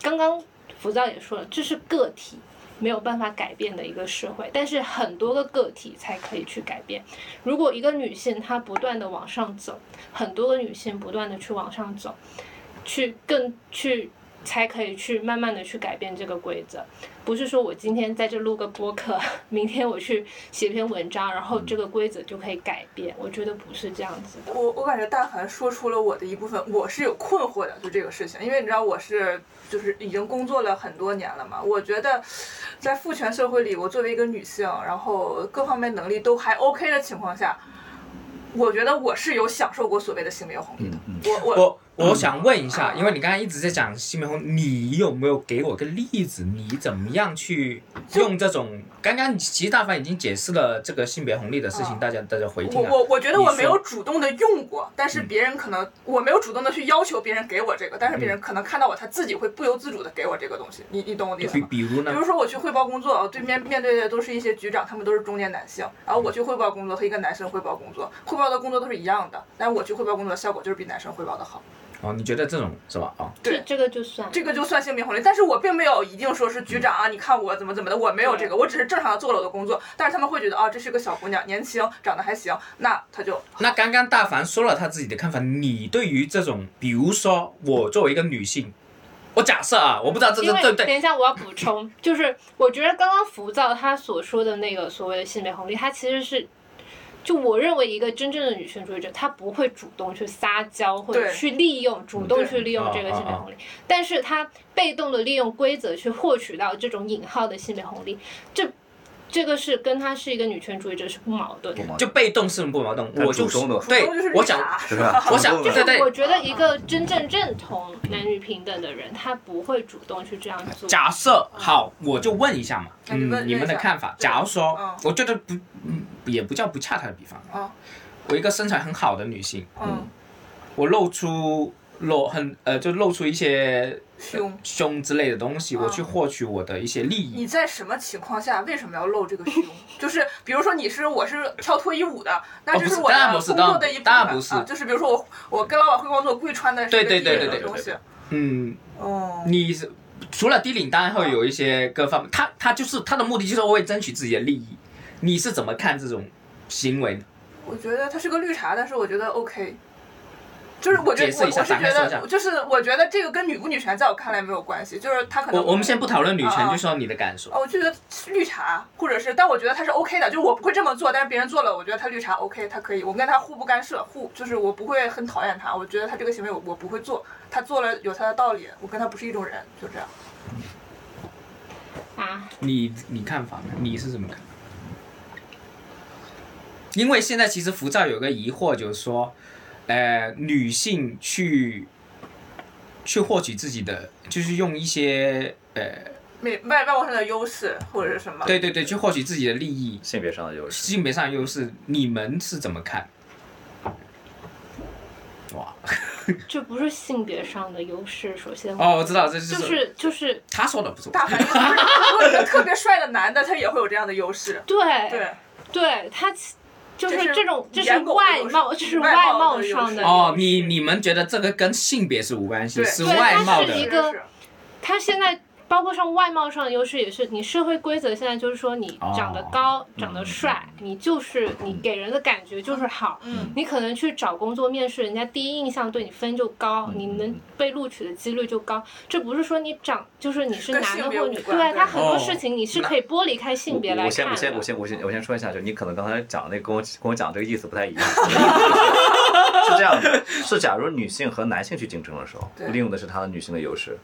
S4: 刚刚浮躁也说了，这是个体。没有办法改变的一个社会，但是很多个个体才可以去改变。如果一个女性她不断的往上走，很多个女性不断的去往上走，去更去才可以去慢慢的去改变这个规则，不是说我今天在这录个播客， 明天我去写篇文章，然后
S2: 嗯
S4: 这个规则就可以改变。我觉得不是这样子的。
S2: 我我感觉大凡说出了我的一部分，我是有困惑的，就这个事情，因为你知道我是就是已经工作了很多年了嘛，我觉得在父权社会里，我作为一个女性，然后各方面能力都还 OK 的情况下，我觉得我是有享受过所谓的性别红
S3: 嗯
S2: 利的，我我
S1: 嗯啊我我想问一下，因为你刚才一直在讲西门红，你有没有给我个例子？你怎么样去用这种？刚刚其实大凡已经解释了这个性别红利的事情，
S2: 嗯
S1: 大家大家回
S2: 我
S1: 听啊。
S2: 我我觉得
S1: 你
S2: 我
S1: 说嗯
S2: 没有主动的用过，但是别人可能我没有主动的去要求别人给我这个，但是
S1: 嗯
S2: 别人可能看到我，他自己会不由自主的给我这个东西，你你懂我的意
S1: 比
S2: 思吗？
S1: 比如
S2: 比
S1: 呢
S2: 如？说我去汇报工作，哦对面面对的都是一些局长，他们都是中年男性，然后我去汇报工作和一个男生汇报工作，汇报的工作都是一样的，但是我去汇报工作的效果就是比男生汇报的好，
S1: 哦，你觉得这种是吧？哦，
S4: 这
S2: 对
S4: 这个就算
S2: 这个就算性别红利，但是我并没有一定说是局长啊，你看我怎么怎么的，我没有这个，我只是正常的做了我的工作，但是他们会觉得啊，这是个小姑娘，年轻，长得还行，那他就
S1: 那刚刚大凡说了他自己的看法，你对于这种，比如说我作为一个女性，我假设啊，我不知道 这
S4: 因
S1: 这对
S4: 为
S1: 不对，
S4: 等一下我要补充，就是我觉得刚刚浮躁他所说的那个所谓的性别红利，他其实是。就我认为，一个真正的女权主义者，她不会主动去撒娇或者
S2: 对
S4: 去利用、主
S1: 嗯
S4: 动去利用这个性别红利，但是她被动的利用规则去获取到这种引号的性别红利，这这个是跟她是一个女权主义者是不矛盾的
S3: 不。矛
S1: 就被动是不矛盾，
S3: 但
S1: 我就
S3: 主动的
S1: 对
S2: 主动就是，绿
S1: 我想
S2: 茶
S3: 是吧？
S1: 我想
S3: 主动
S1: 就
S3: 的
S1: 是对
S4: 我觉得一个真正认同男女平等的人，他不会主动去这样做。
S1: 假设好，我就问一下嘛，
S2: 那你
S1: 嗯，
S2: 问
S1: 你们
S2: 问一
S1: 的
S2: 下
S1: 看法。
S2: 对
S1: 假如说
S2: 嗯，
S1: 我觉得不，嗯，也不叫不恰当的比方。啊
S2: 嗯
S1: 我一个身材很好的女性，
S2: 嗯
S1: 我露出露很呃，就露出一些
S2: 凶。
S1: 胸之类的东西，我
S2: 嗯
S1: 去获取我的一些利益。
S2: 你在什么情况下为什么要露这个胸？就是比如说你是我是跳脱衣舞的，那这
S1: 哦不是
S2: 我
S1: 当然
S2: 的
S1: 不是
S2: 工作
S1: 当
S2: 的
S1: 然
S2: 一部分
S1: 当然不是
S2: 啊。就是比如说我我跟老板汇报工作，故意穿的是
S1: 对
S2: 个
S1: 对
S2: 低
S1: 对
S2: 领
S1: 对
S2: 的
S1: 对
S2: 东西。
S1: 嗯，
S2: 哦，
S1: 你是除了低领，当然会有一些各方面，
S2: 嗯
S1: 他他就是他的目的就是为争取自己的利益。你是怎么看这种行为呢？
S2: 我觉得它是个绿茶，但是我觉得 OK。就是我
S1: 解
S2: 觉得
S1: 释
S2: 我
S1: 一下
S2: 我是
S1: 展开
S2: 觉
S1: 说一下
S2: 得，就是我觉得这个跟女不女权在我看来没有关系，就是他可
S1: 我
S2: 能
S1: 我们先不讨论女权，
S2: 嗯嗯
S1: 就说你的感受。
S2: 哦，我就觉得绿茶，或者是，但我觉得他是 OK 的，就是我不会这么做，但是别人做了，我觉得他绿茶 OK，他可以，我跟他互不干涉，互就是我不会很讨厌他，我觉得他这个行为我我不会做，他做了有他的道理，我跟他不是一种人，就这样。
S4: 啊，
S1: 你你看法呢？你是怎么看？因为现在其实浮躁有个疑惑，就是说，呃，女性去去获取自己的，就是用一些呃，
S2: 美外外貌上的优势或者是什么？
S1: 对对对，去获取自己的利益，
S3: 性别上的优势。
S1: 性别上的优势，你们是怎么看？哇，
S4: 这不是性别上的优势，首先
S1: 哦，我知道，这就、
S4: 就是是就是
S1: 他说的，不是我。
S2: 大反正如果有个特别帅的男的，他也会有这样的优势。
S4: 对
S2: 对，
S4: 对他其就
S2: 这
S4: 是
S2: 是
S4: 这种这是
S2: 颜狗的
S4: 外
S2: 优势
S4: 貌，这是
S2: 外
S4: 外
S2: 貌
S4: 貌
S2: 的优
S4: 上
S2: 势
S4: 的
S1: 哦
S4: 优，势
S1: 你你们觉得这个跟性别是无关系，
S2: 对
S1: 是
S4: 对
S1: 外貌
S4: 它是一
S1: 的
S4: 个
S2: 是
S4: 他现在包括上外貌上的优势也是，你社会规则现在就是说你长得高、长得帅，你就是你给人的感觉就是好。
S2: 嗯，
S4: 你可能去找工作面试，人家第一印象对你分就高，
S3: 嗯
S4: 你
S3: 嗯
S4: 能
S3: 嗯
S4: 被录取的几率就高。这不是说你长就是你是
S2: 跟
S4: 男的
S2: 性别
S4: 或
S2: 无
S4: 女，
S2: 关
S4: 对
S2: 对
S4: 他很多
S1: 哦
S4: 事情你是
S1: 那
S4: 可以剥离开性别
S3: 我
S4: 来
S3: 我先
S4: 看
S3: 我先我
S4: 的。
S3: 先我先我先说一下，就你可能刚才讲的那跟我跟我讲这个意思不太 一样。 是这样的，是假如女性和男性去竞争的时候，
S2: 对
S3: 利用的是她的女性的优势。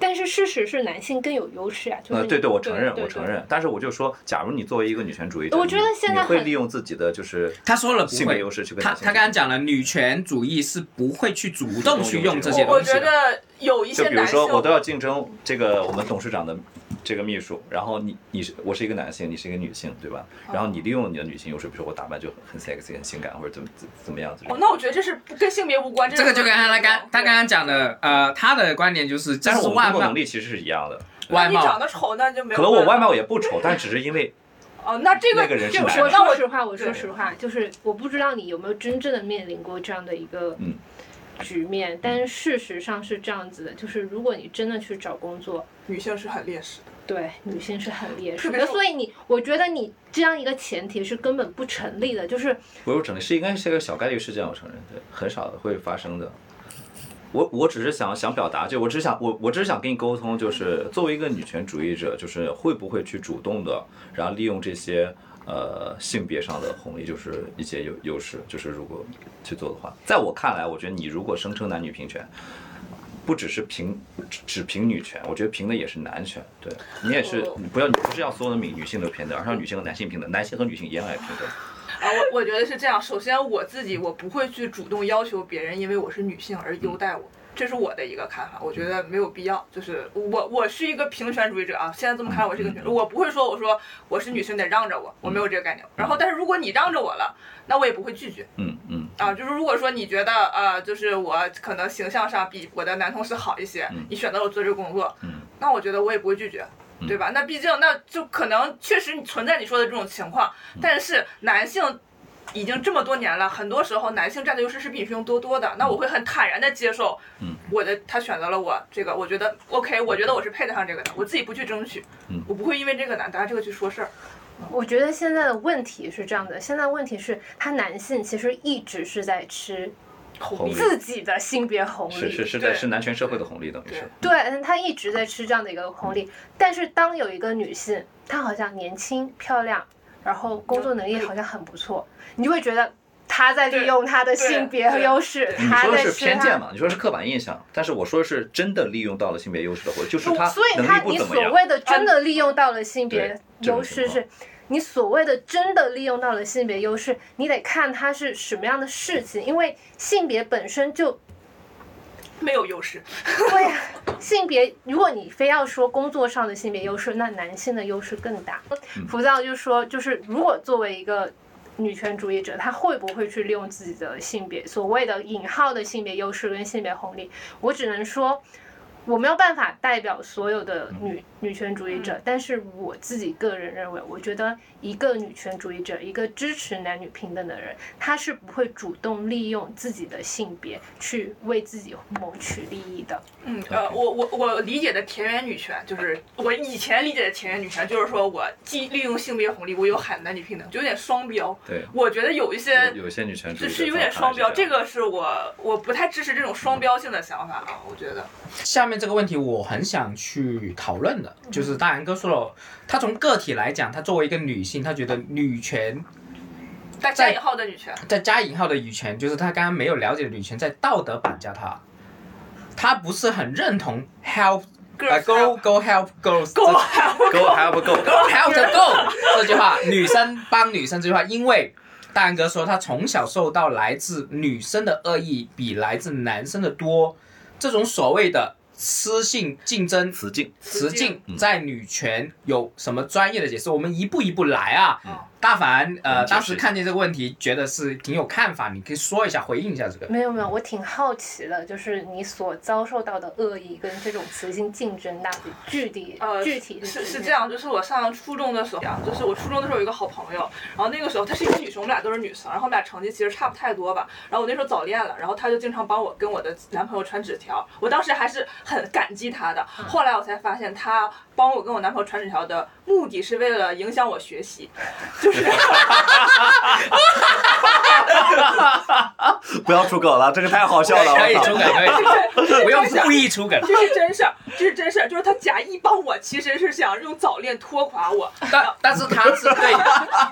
S4: 但是事实是男性更有优势啊，就是
S3: 呃，
S4: 你
S3: 对对，我承认，
S4: 对
S3: 我承。认。但是我就说，假如你作为一个女权主义者，
S4: 我觉得
S3: 你
S4: 现在
S3: 你会
S4: 很
S3: 利用自己的就是
S1: 他说了不
S3: 性别
S1: 会
S3: 优，势去跟
S1: 他
S3: 男性
S1: 他刚刚讲了，女权主义是不会去主动去用这些
S3: 些
S2: 我我
S1: 东西
S2: 觉
S1: 的。
S2: 得有一
S3: 就
S2: 些
S3: 比如
S2: 男性，
S3: 说，我都要竞争这个我们董事长的这个秘书，然后你你是我是一个男性，你是一个女性，对吧？然后你利用你的女性优势，比如说我打扮就很 sexy 很性感，或者怎么怎怎么样子。
S2: 哦，那我觉得这是不跟性别无关，
S1: 这个
S2: 是
S1: 就跟他他刚他刚刚讲的，呃，他的观点就是，这
S3: 但是
S1: 是
S3: 我们
S1: 外
S3: 工作
S1: 貌
S3: 能，力其实是一样的，
S1: 外
S2: 你长
S1: 貌，
S2: 得丑，那就没有。
S3: 可能我外貌也不丑，但只是因为
S2: 哦，那这个
S3: 那个人是
S2: 这
S3: 男
S2: 个
S3: 的
S4: 我
S2: 那我
S4: 说实话，我说实话，就是我不知道你有没有真正的面临过这样的一个
S3: 嗯
S4: 局面，但事实上是这样子的，就是如果你真的去找工作，
S2: 女性是很劣势的，
S4: 对女性是很劣势
S2: 特别
S4: 的，
S2: 是
S4: 所以你我觉得你这样一个前提是根本不成立的，就是
S3: 不是整理，是应该是一个小概率事件，我承认，对，很少会发生的。我我只是想想表达，就我只想我我只是想跟你沟通，就是作为一个女权主义者，就是会不会去主动的，然后利用这些呃性别上的红利，就是一些优优势，就是如果去做的话，在我看来，我觉得你如果声称男女平权，不只是平只只平女权，我觉得平的也是男权，对你也是，你不要你不是要所有的女女性都平等，而是让女性和男性平等，男性和女性一样也平等。
S2: 啊，我我觉得是这样。首先我自己我不会去主动要求别人，因为我是女性而
S3: 嗯
S2: 优待我。这是我的一个看法，我觉得没有必要。就是我，我是一个平权主义者啊。现在这么看，我
S3: 嗯
S2: 是一个平，我不会说我说我是女性得让着我，我没有这个概念。然后，但是如果你让着我了，那我也不会拒绝。
S3: 嗯嗯。
S2: 啊，就是如果说你觉得呃，就是我可能形象上比我的男同事好一些，你选择我做这个工作，
S3: 嗯
S2: 那我觉得我也不会拒绝，对吧？那毕竟那就可能确实你存在你说的这种情况，但是男性。已经这么多年了，很多时候男性占的优势是比女性多多的。那我会很坦然的接受，我的他选择了我这个，我觉得 OK，我觉得我是配得上这个的，我自己不去争取，我不会因为这个男的啊这个去说事儿。
S4: 我觉得现在的问题是这样的，现在问题是他男性其实一直是在吃
S3: 红利
S4: 自己的性别红利，
S3: 是是是
S2: 对
S3: 在是男权社会的红利，等于是。
S4: 对，嗯她一直在吃这样的一个红利。但是当有一个女性，她好像年轻漂亮，然后工作能力好像很不错，你就会觉得她在利用她的性别和优势，
S3: 你
S4: 她
S3: 说的
S4: 在
S3: 是
S4: 吃
S3: 偏见
S4: 她。
S3: 嘛？你说是刻板印象，但是我说的是真的利用到了性别优势的活，就是他
S4: 所以
S3: 能
S4: 她
S3: 力不
S4: 你
S3: 怎么
S4: 所
S3: 样。
S4: 谓的真的利用到了性
S3: 对
S4: 别
S3: 这种
S4: 优势
S3: 情况
S4: 是。你所谓的真的利用到了性别优势，你得看它是什么样的事情，因为性别本身就
S2: 没有优势，
S4: 对呀、啊性别，如果你非要说工作上的性别优势，那男性的优势更大。浮躁就说，就是如果作为一个女权主义者，她会不会去利用自己的性别所谓的引号的性别优势跟性别红利？我只能说。我没有办法代表所有的女女权主义者，但是我自己个人认为，我觉得一个女权主义者，一个支持男女平等的人，他是不会主动利用自己的性别去为自己谋取利益的。
S2: 嗯，呃，我我我理解的田园女权，就是我以前理解的田园女权，就是说我既利用性别红利，我又喊男女平等，就有点双标。
S3: 对，
S2: 我觉得有一些
S3: 有有些女权主
S2: 就
S3: 义者
S2: 是有点双标，
S3: 在我看
S2: 呃
S3: 来是
S2: 这
S3: 这样
S2: 个是我我不太支持这种双标性的想法啊，我觉得。
S1: 下面这个问题我很想去讨论的，就是大杨哥说了，他从个体来讲，他作为一个女性，他觉得女权
S2: 但加引号的女权，
S1: 在加引号的女权，就是他刚刚没有了解的女权，在道德绑架他，他不是很认同 help 呃
S2: Girls
S1: go
S2: help
S1: go help girls 这
S3: go 还不 go，
S1: Go help to go 这句话，女生帮女生这句话，因为大安哥说他从小受到来自女生的恶意比来自男生的多，这种所谓的雌性竞争
S3: 雌竞，
S1: 雌
S2: 雌
S1: 竞
S2: 竞
S3: 嗯
S1: 在女权有什么专业的解释？我们一步一步来啊。
S2: 嗯
S1: 大凡
S3: 我
S1: 呃，
S3: 们解释
S1: 当时看见这个问题，觉得是挺有看法，你可以说一下，回应一下这个。
S4: 没有没有，我挺好奇的，就是你所遭受到的恶意跟这种雌性竞争到底具体、
S2: 呃，
S4: 具体
S2: 是
S4: 是
S2: 是这，样，就是我上初中的时候，啊就是我初中的时候有一个好朋友，然后那个时候她是一个女生，我们俩都是女生，然后我们俩成绩其实差不太多吧。然后我那时候早恋了，然后她就经常帮我跟我的男朋友传纸条，我当时还是很感激她的。
S4: 嗯
S2: 后来我才发现，她帮我跟我男朋友传纸条的目的是为了影响我学习，就是。
S3: 不要出梗了，这个太好笑了。
S1: 可以
S3: 我操
S1: 出梗， 可以，不用故意出梗。
S2: 这是真事儿，这是真事儿，就是她假意帮我，其实是想用早恋拖垮我。
S1: 但但是他是 对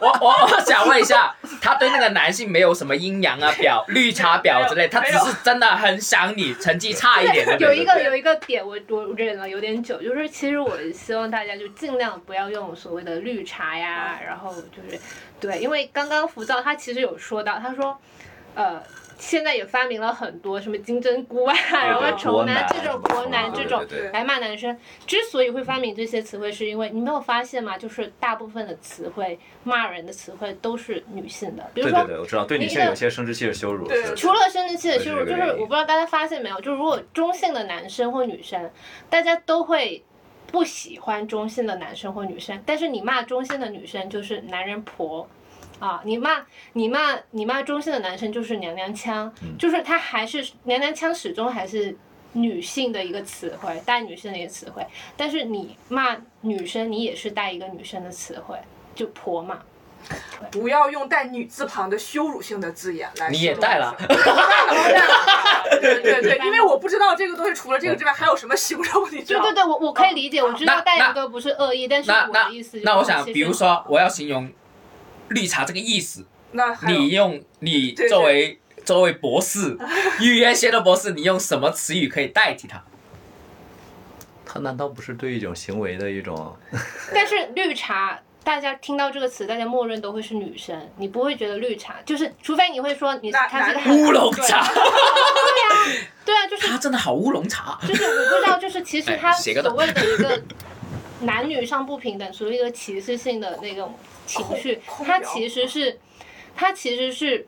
S1: 我，我我想问一下，他对那个男性没有什么阴阳啊 表、绿茶婊之类，他只
S2: 没有
S1: 是真的很想你成绩差一点。
S4: 有一个
S2: 对
S4: 有一个点我，我忍了有点久，就是其实我希望大家就尽量不要用所谓的绿茶
S2: 啊
S4: 呀，然后就是对，因为刚刚浮躁他其实有说到，他说，呃。现在也发明了很多什么金针菇啊，然后
S3: 国
S4: 虫
S3: 男
S4: 男这种国男这种，
S3: 对对对
S4: 白马男生之所以会发明这些词汇，是因为你没有发现吗？就是大部分的词汇，骂人的词汇都是女性的，比如
S3: 对
S4: 说
S3: 对对，我知道，对女性有些生殖器是羞辱。
S2: 对
S3: 是
S4: 除了生殖器的
S3: 对
S4: 羞
S3: 这
S4: 辱，
S3: 个
S4: 就是
S3: 原因
S4: 我不知道大家发现没有，就是如果中性的男生或女生，大家都会不喜欢中性的男生或女生，但是你骂中性的女生就是男人婆。啊，你骂你骂你骂中性的男生就是娘娘腔，就是他还是娘娘腔，始终还是女性的一个词汇，带女性的一个词汇。但是你骂女生，你也是带一个女生的词汇，就婆嘛。
S2: 不要用带女字旁的羞辱性的字眼来。
S1: 你也带了，
S2: 我带了，我 带了。对对对，因为我不知道这个东西除了这个之外还有什么形容，你知
S4: 对
S2: 道吗
S4: 对？对，我我可以理解，我知道
S1: 那
S4: 带
S1: 那
S4: 一个不是恶意，但是
S1: 那
S4: 我
S1: 那
S4: 的意思就是
S1: 那我想，
S4: 其实
S1: 比如说我要形容绿茶这个意思，
S2: 那还有
S1: 你用你
S2: 对对
S1: 作为作为博士，语言学的博士，你用什么词语可以代 替它？
S3: 他难道不是对一种行为的一种？
S4: 但是绿茶，大家听到这个词，大家默认都会是女生，你不会觉得绿茶，就是除非你会说你
S2: 那
S4: 她是个
S2: 那
S4: 很
S1: 乌龙茶，
S4: 对啊，就是
S1: 它真的好乌龙茶。
S4: 就是我不知道，就是其实他
S1: 哎写个
S4: 所
S1: 的
S4: 谓的一 个男女上不平等，所谓的歧视性的那种情绪
S2: 控，控
S4: 它
S2: 表
S4: 其实是它其实是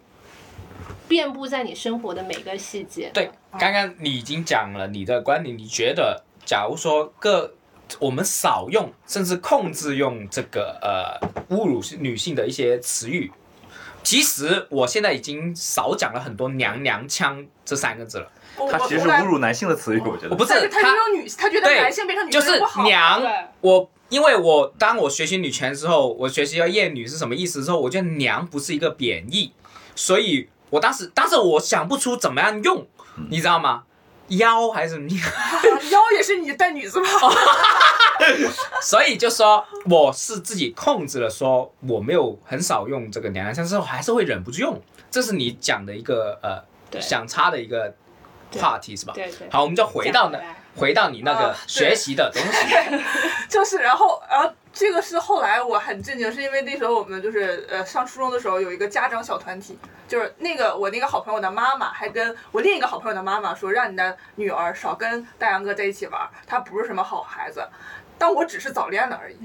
S4: 遍布在你生活的每个细节。
S1: 对，
S2: 哦
S1: 刚刚你已经讲了你的观点，你觉得假如说各我们少用甚至控制用这个呃侮辱女性的一些词语，其实我现在已经少讲了很多“娘娘腔”这三个字了。
S2: 我
S3: 他
S2: 我
S3: 其实是
S2: 后来
S3: 侮辱男性的词语，我觉
S1: 我
S3: 得。
S1: 不
S2: 但
S1: 是
S2: 是他
S1: 他
S2: 就用女，他觉得
S1: 对
S2: 男性变成女
S1: 就
S2: 性
S1: 是
S2: 不好。
S1: 娘
S4: 对，
S1: 我因为我当我学习女权之后，我学习要厌女是什么意思之后，我觉得娘不是一个贬义，所以我当时，但是我想不出怎么样用，你知道吗？妖还是 什么？
S2: 腰也是你带女字旁。
S1: 所以就说我是自己控制了，说我没有很少用这个娘娘腔，但是我还是会忍不住用。这是你讲的一个呃
S4: 对
S1: 想插的一个话题是吧？
S4: 对对。
S1: 好，我们就回到那
S4: 讲回来
S1: 回到你那个
S2: 啊对
S1: 学习的东西。
S2: 就是，然后，然后这个是后来我很震惊，是因为那时候我们就是呃上初中的时候有一个家长小团体，就是那个我那个好朋友的妈妈还跟我另一个好朋友的妈妈说，让你的女儿少跟大杨哥在一起玩，他不是什么好孩子。但我只是早恋了而已，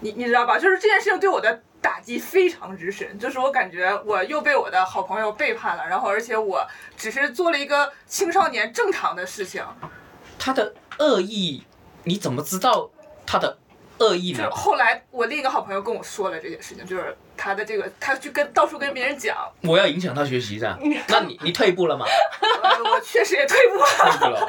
S2: 你你知道吧？就是这件事情对我的打击非常之深，就是我感觉我又被我的好朋友背叛了，然后而且我只是做了一个青少年正常的事情，
S1: 他的恶意，你怎么知道他的恶意
S2: 就是
S1: 呢？
S2: 后来我另一个好朋友跟我说了这件事情，就是他的这个，他去跟到处跟别人讲，
S1: 我要影响他学习 的，那你你退步了吗？
S2: 呃，我确实也退步
S1: 退
S2: 了。
S1: 步 了。哦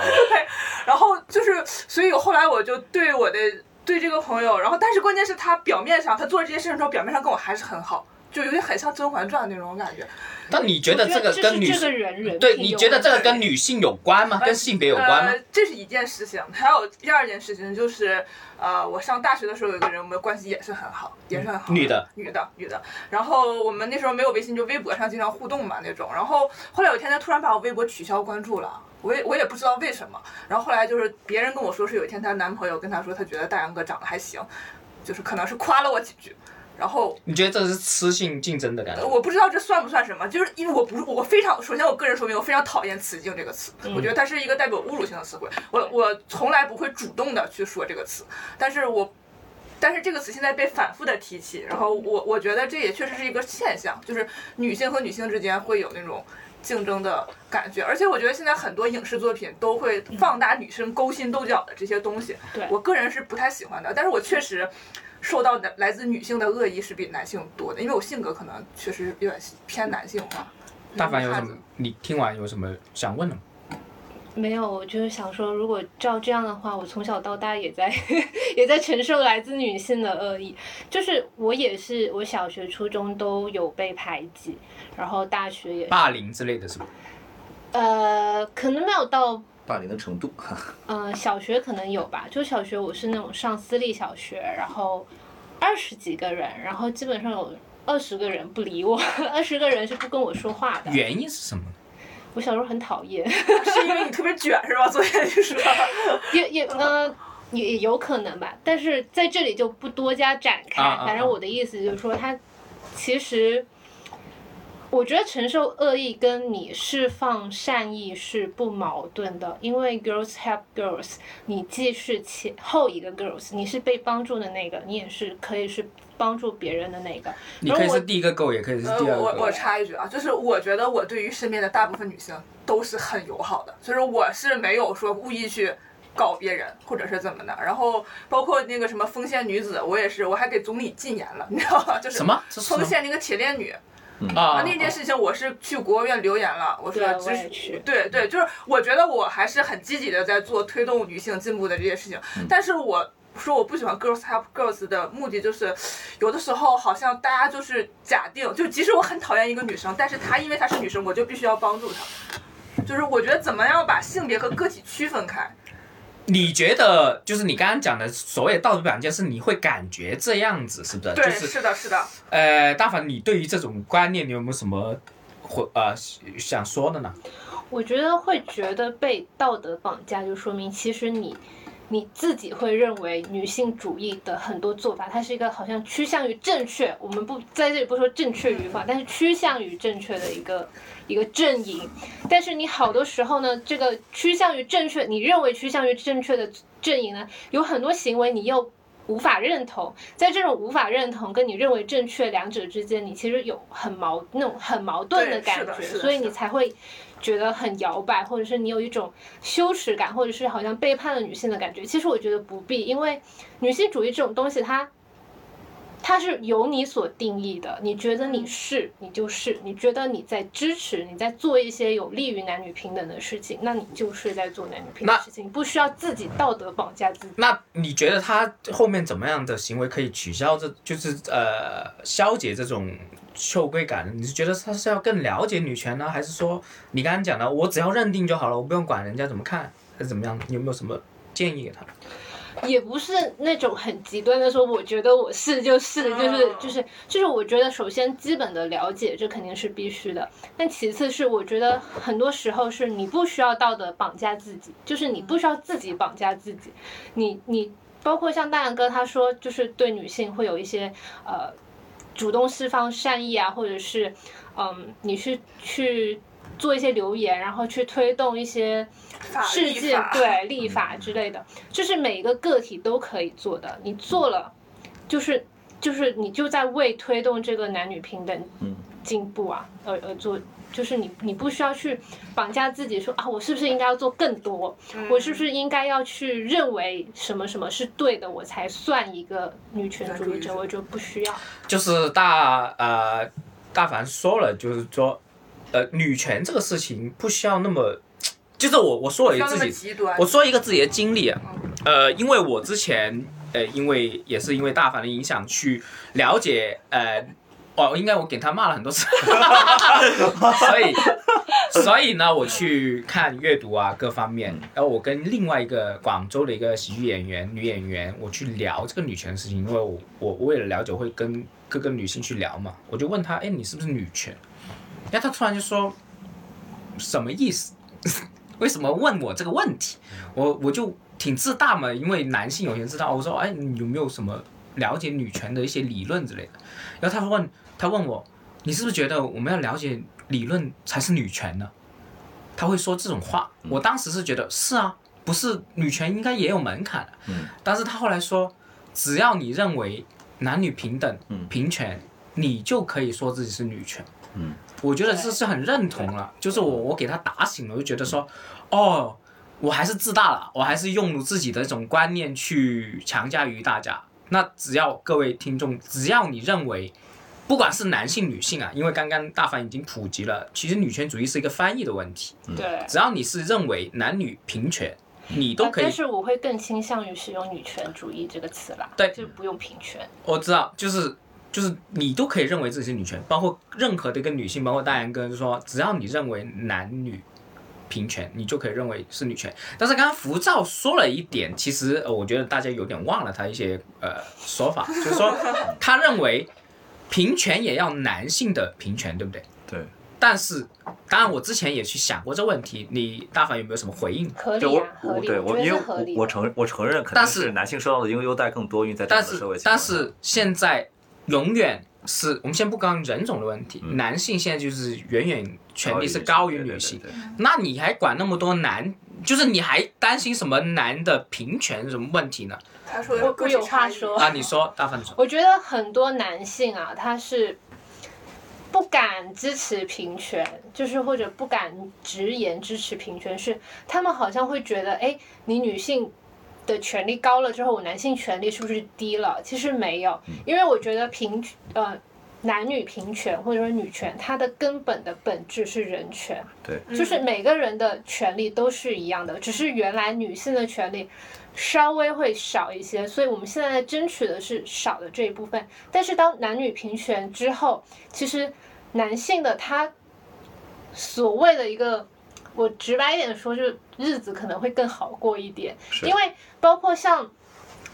S2: 然后就是，所以后来我就对我的对这个朋友，然后但是关键是他表面上他做了这件事情之后，表面上跟我还是很好，就有点很像《甄嬛传》那种感觉。
S1: 但你觉
S4: 我
S1: 得
S4: 觉
S1: 这个
S4: 是
S1: 跟女
S4: 这个
S1: 性，
S4: 人人
S1: 对，
S4: 品
S1: 你
S4: 有
S1: 觉得
S4: 问
S1: 这个
S4: 题
S1: 跟女性有关吗？跟性别有关吗
S2: 呃？？这是一件事情，还有第二件事情就是，呃，我上大学的时候有一个人，我们关系也是很好，也是很好。
S1: 嗯女的，
S2: 女的，女的。然后我们那时候没有微信，就微博上经常互动嘛那种。然后后来有一天，他突然把我微博取消关注了。我也我也不知道为什么，然后后来就是别人跟我说是有一天她男朋友跟她说，他觉得大杨哥长得还行，就是可能是夸了我几句，然后
S1: 你觉得这是雌性竞争的感
S2: 呃
S1: 觉？
S2: 我不知道这算不算什么，就是因为我不是我非常，首先我个人说明我非常讨厌“雌竞”这个词，
S1: 嗯
S2: 我觉得它是一个代表侮辱性的词汇，我我从来不会主动的去说这个词，但是我。但是这个词现在被反复的提起，然后我我觉得这也确实是一个现象，就是女性和女性之间会有那种竞争的感觉，而且我觉得现在很多影视作品都会放大女生勾心斗角的这些东西，
S4: 对
S2: 我个人是不太喜欢的，但是我确实受到的来自女性的恶意是比男性多的，因为我性格可能确实有点偏男性化。
S1: 大凡有什
S2: 看着
S1: 么，你听完有什么想问的吗？
S4: 没有，我就是想说，如果照这样的话，我从小到大也在 也在承受来自女性的恶意。就是我也是，我小学、初中都有被排挤，然后大学
S2: 嗯
S4: 也
S1: 霸凌之类的是吗？
S4: 呃，可能没有到
S3: 霸凌的程度，
S4: 呃小学可能有吧，就小学我是那种上私立小学，然后二十几个人，然后基本上有二十个人不理我，二十个人是不跟我说话
S2: 嗯
S4: 的。
S1: 原因是什么
S2: 呃
S1: 呢？
S4: 我小时候很讨厌，
S2: 是因为你特别卷是吧？昨 天就说，
S4: 也也呃也也有可能吧，但是在这里就不多加展开。
S1: 啊啊啊
S4: 反正我的意思就是说，他其实我觉得承受恶意跟你释放善意是不矛盾的，因为 girls help girls，你既是前后一个 girls，你是被帮助的那个，你也是可以是帮助别人的那个。
S1: 你可以
S4: 然后
S1: 是
S4: 我
S1: 第一个够，也可以是
S2: 呃，
S1: 第二
S2: 我
S1: 个
S2: 我
S1: 够。
S2: 插一句啊，就是我觉得我对于身边的大部分女性都是很友好的，就是我是没有说故意去。搞别人或者是怎么的，然后包括那个什么丰县女子，我也是，我还给总理禁言了，你知道吗？就是
S1: 什么？这是什
S2: 丰
S1: 么
S2: 县那个铁链女，
S1: 啊
S2: 啊，那件事情我是去国务院留言了，我说
S4: 对啊
S2: 只
S4: 我也去
S2: 对对，就是我觉得我还是很积极的在做推动女性进步的这些事情，
S4: 嗯
S2: 但是我。说我不喜欢 girls help girls 的目的就是，有的时候好像大家就是假定，就即使我很讨厌一个女生，但是她因为她是女生，我就必须要帮助她。就是我觉得怎么样把性别和个体区分开，
S1: 你觉得就是你刚刚讲的所谓的道德绑架，是你会感觉这样子，是不是？
S2: 对，
S1: 就是
S2: 的，是的。
S1: 呃，大凡你对于这种观念，你有没有什么回呃想说的呢？
S4: 我觉得会觉得被道德绑架，就说明其实你你自己会认为女性主义的很多做法，它是一个好像趋向于正确，我们不在这里不说正确与否，但是趋向于正确的一个一个阵营。但是你好多时候呢，这个趋向于正确，你认为趋向于正确的阵营呢，有很多行为你又。无法认同，在这种无法认同跟你认为正确两者之间，你其实有很矛那种很矛盾
S2: 对
S4: 感
S2: 是的
S4: 觉，
S2: 是的
S4: 所以
S2: 是
S4: 你
S2: 的
S4: 才会觉得很摇摆，或者是你有一种羞耻感，或者是好像背叛了女性的感觉。其实我觉得不必，因为女性主义这种东西它，它是由你所定义的。你觉得
S2: 嗯
S4: 你是，你就是；你觉得你在支持，你在做一些有利于男女平等的事情，那你就是在做男女平等的事情，你不需要自己道德绑架自己。
S1: 那你觉得他后面怎么样的行为可以取消这？就是呃消解这种羞愧感呢？你是觉得他是要更了解女权呢，还是说你刚刚讲的我只要认定就好了，我不用管人家怎么看，还是怎么样？你有没有什么建议给他？
S4: 也不是那种很极端的说，我觉得我是就是就是
S2: 嗯
S4: 就是就是，我觉得首先基本的了解这肯定是必须的，但其次是我觉得很多时候是你不需要道德绑架自己，就是你不需要自己绑架自己，你你包括像大杨哥他说，就是对女性会有一些呃主动释放善意啊，或者是嗯你去去做一些留言，然后去推动一些
S2: 法
S4: 世
S2: 律
S4: 界
S2: 法，
S4: 对立法之类的，这是每一个个体都可以做的。你做了，就是就是你就在为推动这个男女平等
S3: 嗯
S4: 进步啊，而而做，就是你你不需要去绑架自己说啊，我是不是应该要做更多？
S2: 嗯
S4: 我是不是应该要去认为什么什么是对的，我才算一个女权主义者？我就不需要。
S1: 就是大呃大凡说了，就是说呃女权这个事情不需要那么，就是我我说
S2: 不
S1: 了一
S2: 要
S1: 个
S2: 那
S1: 自
S2: 么
S1: 己
S2: 极端？
S1: 我说一个自己的经历啊，呃，因为我之前呃，因为也是因为大凡的影响去了解呃。哦，应该我给他骂了很多次， 所以所以呢，我去看阅读啊，各方面。然后我跟另外一个广州的一个喜剧演员、女演员，我去聊这个女权的事情，因为我我我为了了解，我会跟各个女性去聊嘛。我就问她，哎，你是不是女权？然后她突然就说，什么意思？为什么问我这个问题？我我就挺自大嘛，因为男性有些人知道，我说哎，你有没有什么了解女权的一些理论之类的，然后他问他问我，你是不是觉得我们要了解理论才是女权呢？他会说这种话，
S3: 嗯
S1: 我当时是觉得是啊，不是女权应该也有门槛、啊，
S3: 嗯
S1: 但是他后来说，只要你认为男女平等、
S3: 嗯
S1: 平权，你就可以说自己是女权。
S3: 嗯，
S1: 我觉得这
S2: 对
S1: 是很认同了，就是我我给他打醒了，我就觉得说，哦，我还是自大了，我还是用自己的一种观念去强加于大家。那只要各位听众，只要你认为，不管是男性女性啊，因为刚刚大凡已经普及了，其实女权主义是一个翻译的问题，
S5: 嗯
S2: 对，
S1: 只要你是认为男女平权，你都
S4: 呃
S1: 可以
S4: 但是我会更倾向于使用“女权主义”这个词啦，
S1: 对
S4: 就不用平权。
S1: 我知道，就是就是你都可以认为自己是女权，包括任何的一个女性，包括大杨哥说，只要你认为男女平权，你就可以认为是女权。但是刚刚浮躁说了一点，其实呃我觉得大家有点忘了他一些呃说法，就是说他认为平权也要男性的平权，对不对？
S3: 对，
S1: 但是，当然，我之前也去想过这问题，你大凡有没有什么回应？
S4: 合
S5: 对
S4: 理
S5: 我
S4: 啊，，合
S5: 我
S4: 理，
S5: 对
S4: 我
S5: 我
S4: 觉
S5: 因
S4: 得
S5: 为
S4: 是合理
S5: 我我
S4: 的。
S5: 承我承认，肯
S1: 但
S5: 定
S1: 是
S5: 是男性受到的一个优待更多，因为在这
S1: 但
S5: 样的
S1: 是
S5: 社会情况
S1: 但
S5: 下
S1: 是现在永远是我们先不刚人种的问题，
S5: 嗯
S1: 男性现在就是远远权利是
S5: 高
S1: 高
S5: 于
S1: 于
S5: 女
S1: 女
S5: 性
S1: 性，
S5: 对对
S4: 嗯
S5: 对
S1: 那你还管那么多男？就是你还担心什么男的平权什么问题呢？
S2: 他说
S4: 我
S2: 个
S4: 我
S2: 体
S4: 有
S2: 差
S4: 话
S2: 异
S4: 说
S1: 啊，你说大范总，
S4: 我觉得很多男性啊，他是不敢支持平权，就是或者不敢直言支持平权，是他们好像会觉得，哎，你女性。的权利高了之后，我男性权利是不是低了？其实没有，因为我觉得平呃男女平权或者说女权，它的根本的本质是人权。
S2: 嗯
S4: 就是每个人的权利都是一样的，只是原来女性的权利稍微会少一些，所以我们现在在争取的是少的这一部分。但是当男女平权之后，其实男性的他所谓的一个，我直白一点说，就是日子可能会更好过一点，
S3: 是
S4: 因为包括像。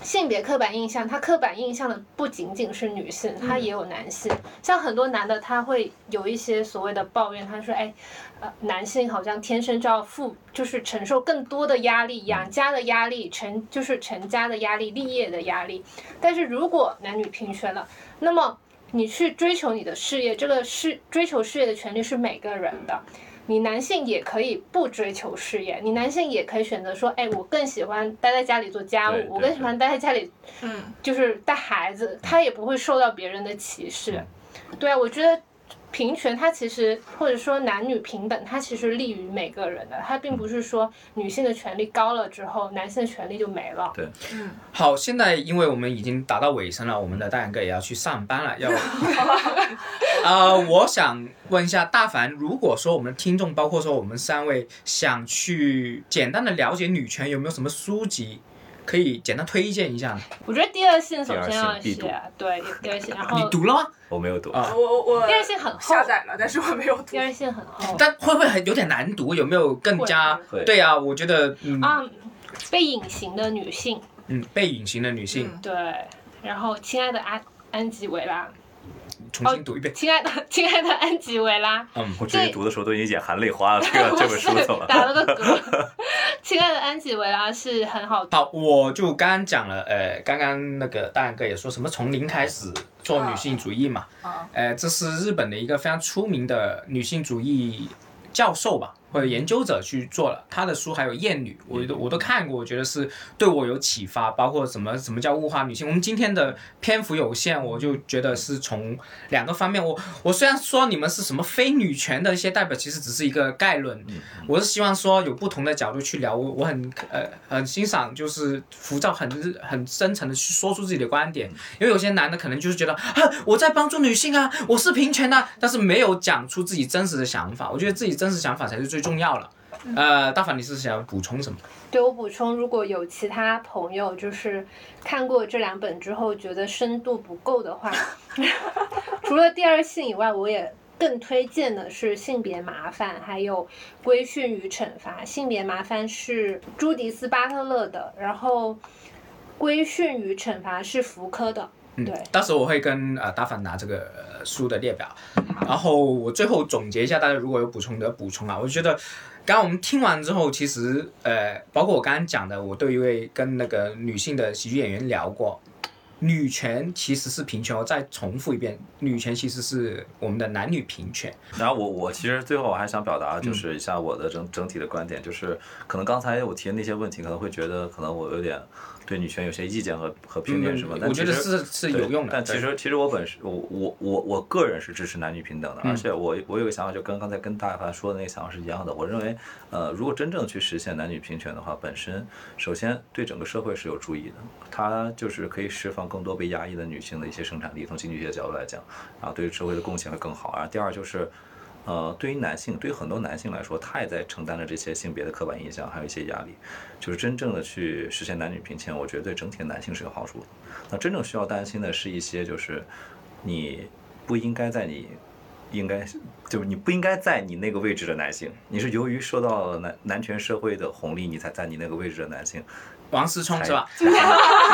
S4: 性别刻板印象，它刻板印象的不仅仅是女性，它也有男性。像很多男的，他会有一些所谓的抱怨，他说：“哎，呃，男性好像天生就要负，就是承受更多的压力，养家的压力，成就是成家的压力，立业的压力。但是如果男女平权了，那么你去追求你的事业，这个是追求事业的权利是每个人的。你男性也可以不追求事业，你男性也可以选择说，哎，我更喜欢待在家里做家务
S3: 对，嗯
S4: 我
S3: 对
S4: 更喜欢待在家里
S2: 嗯，
S4: 就是带孩子，他也不会受到别人的歧视。
S3: 嗯
S4: 对啊，我觉得平权它其实或者说男女平等，它其实利于每个人的，它并不是说女性的权利高了之后，男性的权利就没了。
S2: 嗯
S1: 好，现在因为我们已经达到尾声了，我们的大杨哥也要去上班了，要，呃，我想问一下大凡，如果说我们的听众，包括说我们三位想去简单的了解女权，有没有什么书籍可以简单推荐一下呢？
S4: 我觉得第二性首先
S3: 第
S4: 要
S3: 二性必
S4: 写
S3: 读，
S4: 对第二性，然
S1: 你
S4: 后
S1: 读了吗？
S3: 我没有读。
S1: 啊
S2: 我我我
S4: 第二性很厚
S2: 下，载了，但是我没有读
S4: 第。二性很厚
S1: 但会不会很有点难读？有没有更加
S3: 会会
S1: 对啊？我觉得嗯
S4: 啊，被隐形的女性，
S1: 嗯，被隐形的女性
S2: 嗯
S4: 对，然后亲爱的安安吉维拉，
S1: 重新读一遍。
S4: 亲爱的 亲爱的安吉维拉，
S1: 嗯，
S5: 我直接
S4: 这
S5: 读的时候都已经眼含泪
S4: ？
S5: 花了。这个这本书怎么
S4: 打了个嗝。 亲爱的安吉维拉是很好
S1: 好，我就刚刚讲了，呃，刚刚那个大杨哥也说什么从零开始做女性主义嘛，
S2: 啊，
S1: 呃，这是日本的一个非常出名的女性主义教授吧，或者研究者去做了。他的书还有《厌女》，我都我都看过，我觉得是对我有启发。包括什么什么叫物化女性，我们今天的篇幅有限，我就觉得是从两个方面。我我虽然说你们是什么非女权的一些代表，其实只是一个概论。我是希望说有不同的角度去聊。我我很呃很欣赏，就是浮躁很很真诚的去说出自己的观点。因为有些男的可能就是觉得啊，我在帮助女性啊，我是平权啊，但是没有讲出自己真实的想法。我觉得自己真实想法才是最重要了。呃，大凡你是想补充什么？
S4: 对我补充，如果有其他朋友就是看过这两本之后觉得深度不够的话，除了《第二性》以外，我也更推荐的是《性别麻烦》，还有《规训与惩罚》。《性别麻烦》是朱迪斯·巴特勒的，然后《规训与惩罚》是福柯的。
S1: 嗯
S4: 对，
S1: 到时候我会跟呃大凡拿这个、呃书的列表，然后我最后总结一下，大家如果有补充的补充啊，我觉得刚刚我们听完之后，其实呃，包括我刚刚讲的，我对一位跟那个女性的喜剧演员聊过，女权其实是平权。我再重复一遍，女权其实是我们的男女平权。
S3: 然后我我其实最后我还想表
S1: 嗯
S3: 达就是一下我的整整体的观点，就是可能刚才我提的那些问题，可能会觉得可能我有点对女权有些意见和和评论什么，
S1: 嗯
S3: 但
S1: 我觉
S3: 其
S1: 得
S3: 实
S1: 是是
S3: 对
S1: 有用的。
S3: 但其实其实我本是我我我我个人是支持男女平等的，
S1: 嗯
S3: 而且我我有个想法，就跟刚才跟大凡说的那个想法是一样的。我认为，呃，如果真正去实现男女平权的话，本身首先对整个社会是有注意的，它就是可以释放更多被压抑的女性的一些生产力，从经济学角度来讲，然后对社会的贡献会更好。然后第二就是。呃，对于男性，对于很多男性来说，他也在承担着这些性别的刻板印象，还有一些压力。就是真正的去实现男女平权，我觉得对整体的男性是有好处的。那真正需要担心的是一些，就是你不应该在你应该就是你不应该在你那个位置的男性，你是由于受到了男男权社会的红利，你才在你那个位置的男性，
S1: 王思聪是吧？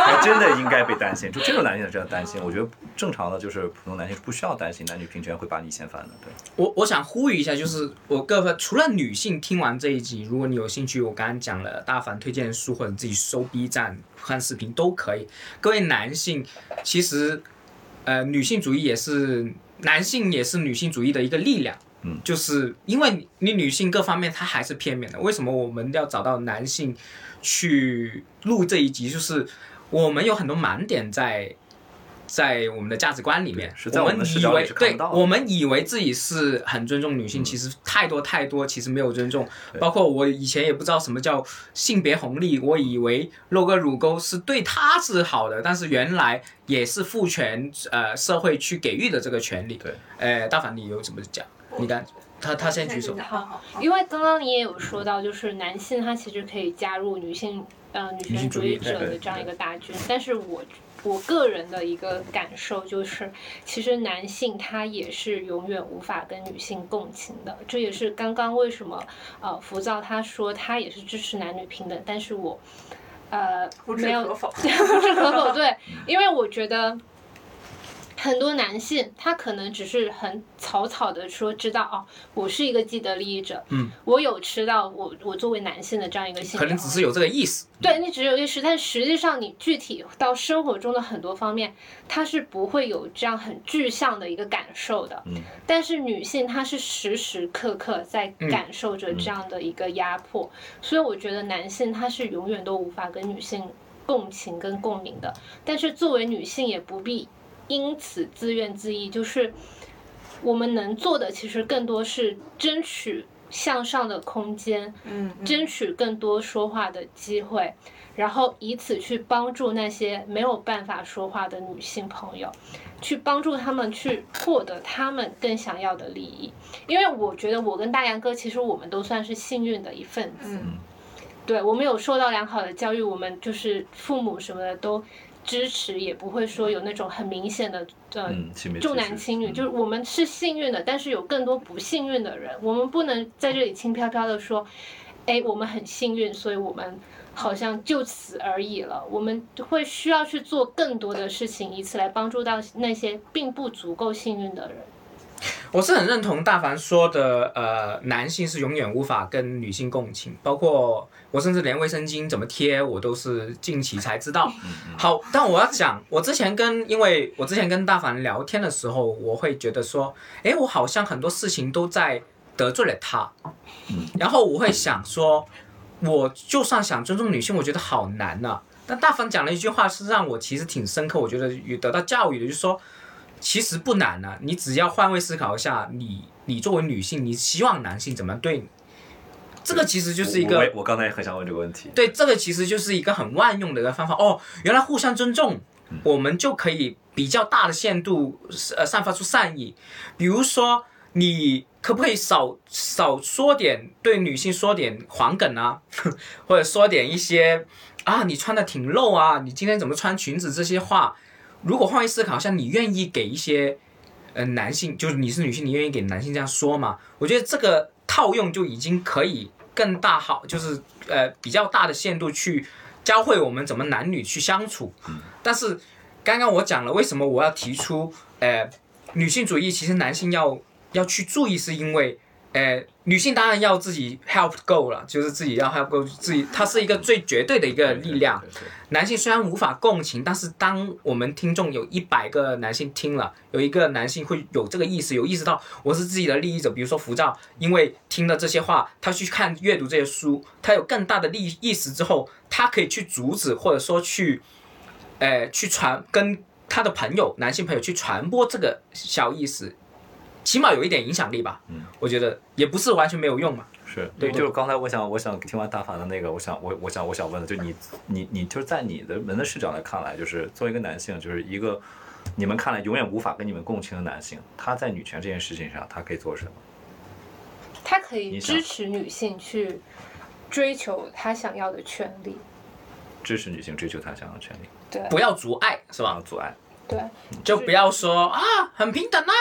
S3: 还真的应该被担心。就这种男性真的担心，我觉得正常的就是普通男性是不需要担心男女平权会把你掀翻的。对，
S1: 我我想呼吁一下，就是我各位，除了女性听完这一集，如果你有兴趣，我刚刚讲了大凡推荐的书，或者自己搜 B 站看视频都可以。各位男性，其实呃，女性主义也是男性也是女性主义的一个力量。
S3: 嗯
S1: 就是因为你你女性各方面她还是片面的，为什么我们要找到男性去录这一集？就是我们有很多盲点在在我们的价值观里面，
S3: 是在
S1: 我
S3: 我们的视
S1: 以
S3: 角里
S1: 为
S3: 是看
S1: 对
S3: 不到的嗯
S1: 我们以为自己是很尊重女性，其实太多太多，其实没有尊重。包括我以前也不知道什么叫性别红利，我以为露个乳沟是对她是好的，但是原来也是父权呃社会去给予的这个权利。
S3: 对，
S1: 呃，大凡你有怎么讲？你刚他他先举手，
S2: 好好好。
S4: 因为刚刚你也有说到，就是男性他其实可以加入女性呃女权主义者的这样一个大军，但是我我个人的一个感受就是，其实男性他也是永远无法跟女性共情的，这也是刚刚为什么呃浮躁他说他也是支持男女平等，但是我呃
S2: 不置
S4: 没有
S2: 可否。
S4: 不置可否。对，因为我觉得很多男性他可能只是很草草的说知道哦，我是一个既得利益者，
S1: 嗯，
S4: 我有吃到我我作为男性的这样一个性，
S1: 可能只是有这个意思。
S4: 对你只有意识，但实际上你具体到生活中的很多方面，他是不会有这样很具象的一个感受的。
S3: 嗯，
S4: 但是女性她是时时刻刻在感受着这样的一个压迫，所以我觉得男性他是永远都无法跟女性共情跟共鸣的。但是作为女性也不必因此自怨自艾，就是我们能做的其实更多是争取向上的空间，
S2: 嗯，嗯
S4: 争取更多说话的机会，然后以此去帮助那些没有办法说话的女性朋友，去帮助他们去获得他们更想要的利益。因为我觉得我跟大杨哥，其实我们都算是幸运的一份子，
S2: 嗯
S4: 对我们有受到良好的教育，我们就是父母什么的都支持，也不会说有那种很明显的呃、
S3: 嗯，性别
S4: 重男
S3: 歧视
S4: 轻女，
S3: 嗯
S4: 就是我们是幸运的，但是有更多不幸运的人，我们不能在这里轻飘飘的说，哎，我们很幸运，所以我们好像就此而已了。我们会需要去做更多的事情，以此来帮助到那些并不足够幸运的人。
S1: 我是很认同大凡说的，呃，男性是永远无法跟女性共情，包括我甚至连卫生巾怎么贴我都是近期才知道。好，但我要讲，我之前跟因为我之前跟大凡聊天的时候，我会觉得说，诶，我好像很多事情都在得罪了他，然后我会想说，我就算想尊重女性，我觉得好难呐、啊但大凡讲了一句话，是让我其实挺深刻，我觉得有得到教育的，就是说。其实不难啊，你只要换位思考一下，你你作为女性，你希望男性怎么对你？这个其实就是一
S3: 我
S1: 个
S3: 我我刚才也很想问这个问题。
S1: 对，这个其实就是一个很万用的一个方法。哦，原来互相尊重，我们就可以比较大的限度呃散发出善意。比如说，你可不可以少少说点对女性说点黄梗啊， 或者说点一些啊你穿的挺露啊，你今天怎么穿裙子这些话？如果换位思考一下，你愿意给一些呃男性，就是你是女性，你愿意给男性这样说吗？我觉得这个套用就已经可以更大好，就是呃比较大的限度去教会我们怎么男女去相处。但是刚刚我讲了，为什么我要提出呃女性主义，其实男性要要去注意，是因为呃，女性当然要自己 help go 了，就是自己要 help go，自己它是一个最绝对的一个力量。
S5: 对对对
S1: 男性虽然无法共情，但是当我们听众有一百个男性听了，有一个男性会有这个意识，有意识到我是自己的利益者。比如说浮躁，因为听了这些话，他去看阅读这些书，他有更大的利意识之后，他可以去阻止或者说去，呃，去传跟他的朋友男性朋友去传播这个小意识，起码有一点影响力吧。
S5: 嗯，
S1: 我觉得也不是完全没有用嘛。
S5: 是对，就是刚才我想，我想听完大法的那个，我想，我我想，我想问的，就你，你，你就是在你的人的视角来看来，就是作为一个男性，就是一个你们看来永远无法跟你们共情的男性，他在女权这件事情上，他可以做什么？
S4: 他可
S5: 你
S4: 以
S5: 想
S4: 支持女性去追求她想要的权利。
S5: 支持女性追求她想要的权利，
S4: 对
S1: 不要阻碍，是
S5: 不要
S1: 吧？
S5: 阻碍。
S4: 对，
S1: 就不要说啊，很平等啊，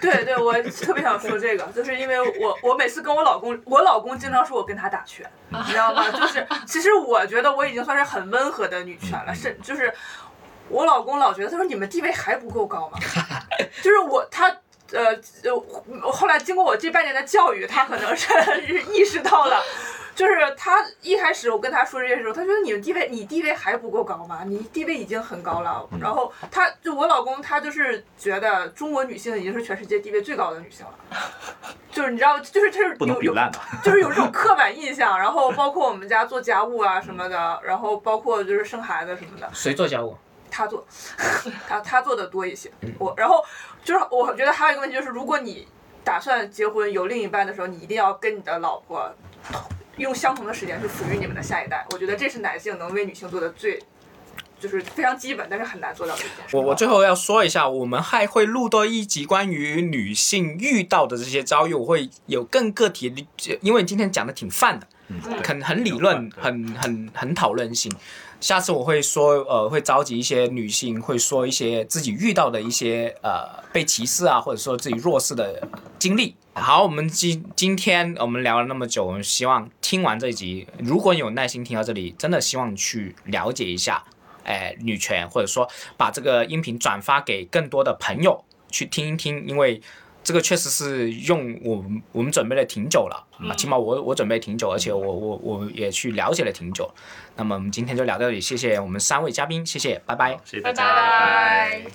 S2: 对对，我特别想说这个， 就是因为我我每次跟我老公，我老公经常说我跟他打拳，你知道吗？就是其实我觉得我已经算是很温和的女权
S1: 嗯
S2: 了，是就是我老公老觉得他说你们地位还不够高吗？ 就是我他。呃，呃，后来经过我这半年的教育，他可能是意识到了，就是他一开始我跟他说这些时候，他觉得你的地位，你地位还不够高吗？你地位已经很高了。
S5: 嗯
S2: 然后他就我老公，他就是觉得中国女性已经是全世界地位最高的女性了，就是你知道，就是他是
S5: 不能
S2: 有
S5: 比
S2: 有
S5: 烂的，
S2: 就是有这种刻板印象。然后包括我们家做家务啊什么的，然后包括就是生孩子什么的，
S1: 谁做家务？
S2: 他做，他他做的多一些。
S1: 嗯
S2: 我然后就是我觉得还有一个问题就是，如果你打算结婚有另一半的时候，你一定要跟你的老婆用相同的时间去抚育你们的下一代。我觉得这是男性能为女性做的最。就是非常基本，但是很难做到的一件事。
S1: 我我最后要说一下，我们还会录多一集关于女性遇到的这些遭遇，我会有更个体的，因为今天讲的挺泛的，
S5: 嗯，对
S1: 很很理论，
S5: 对
S1: 很很很讨论性。下次我会说，呃，会召集一些女性，会说一些自己遇到的一些呃被歧视啊，或者说自己弱势的经历。好，我们今今天我们聊了那么久，我们希望听完这集，如果你有耐心听到这里，真的希望去了解一下，哎、女权，或者说把这个音频转发给更多的朋友去听一听，因为这个确实是用我们我们准备了挺久了，啊，起码我我准备挺久，而且我我我也去了解了挺久。那么我们今天就聊到这里，谢谢我们三位嘉宾，谢谢，拜拜。
S5: 谢谢大家，
S4: 拜拜
S5: 拜拜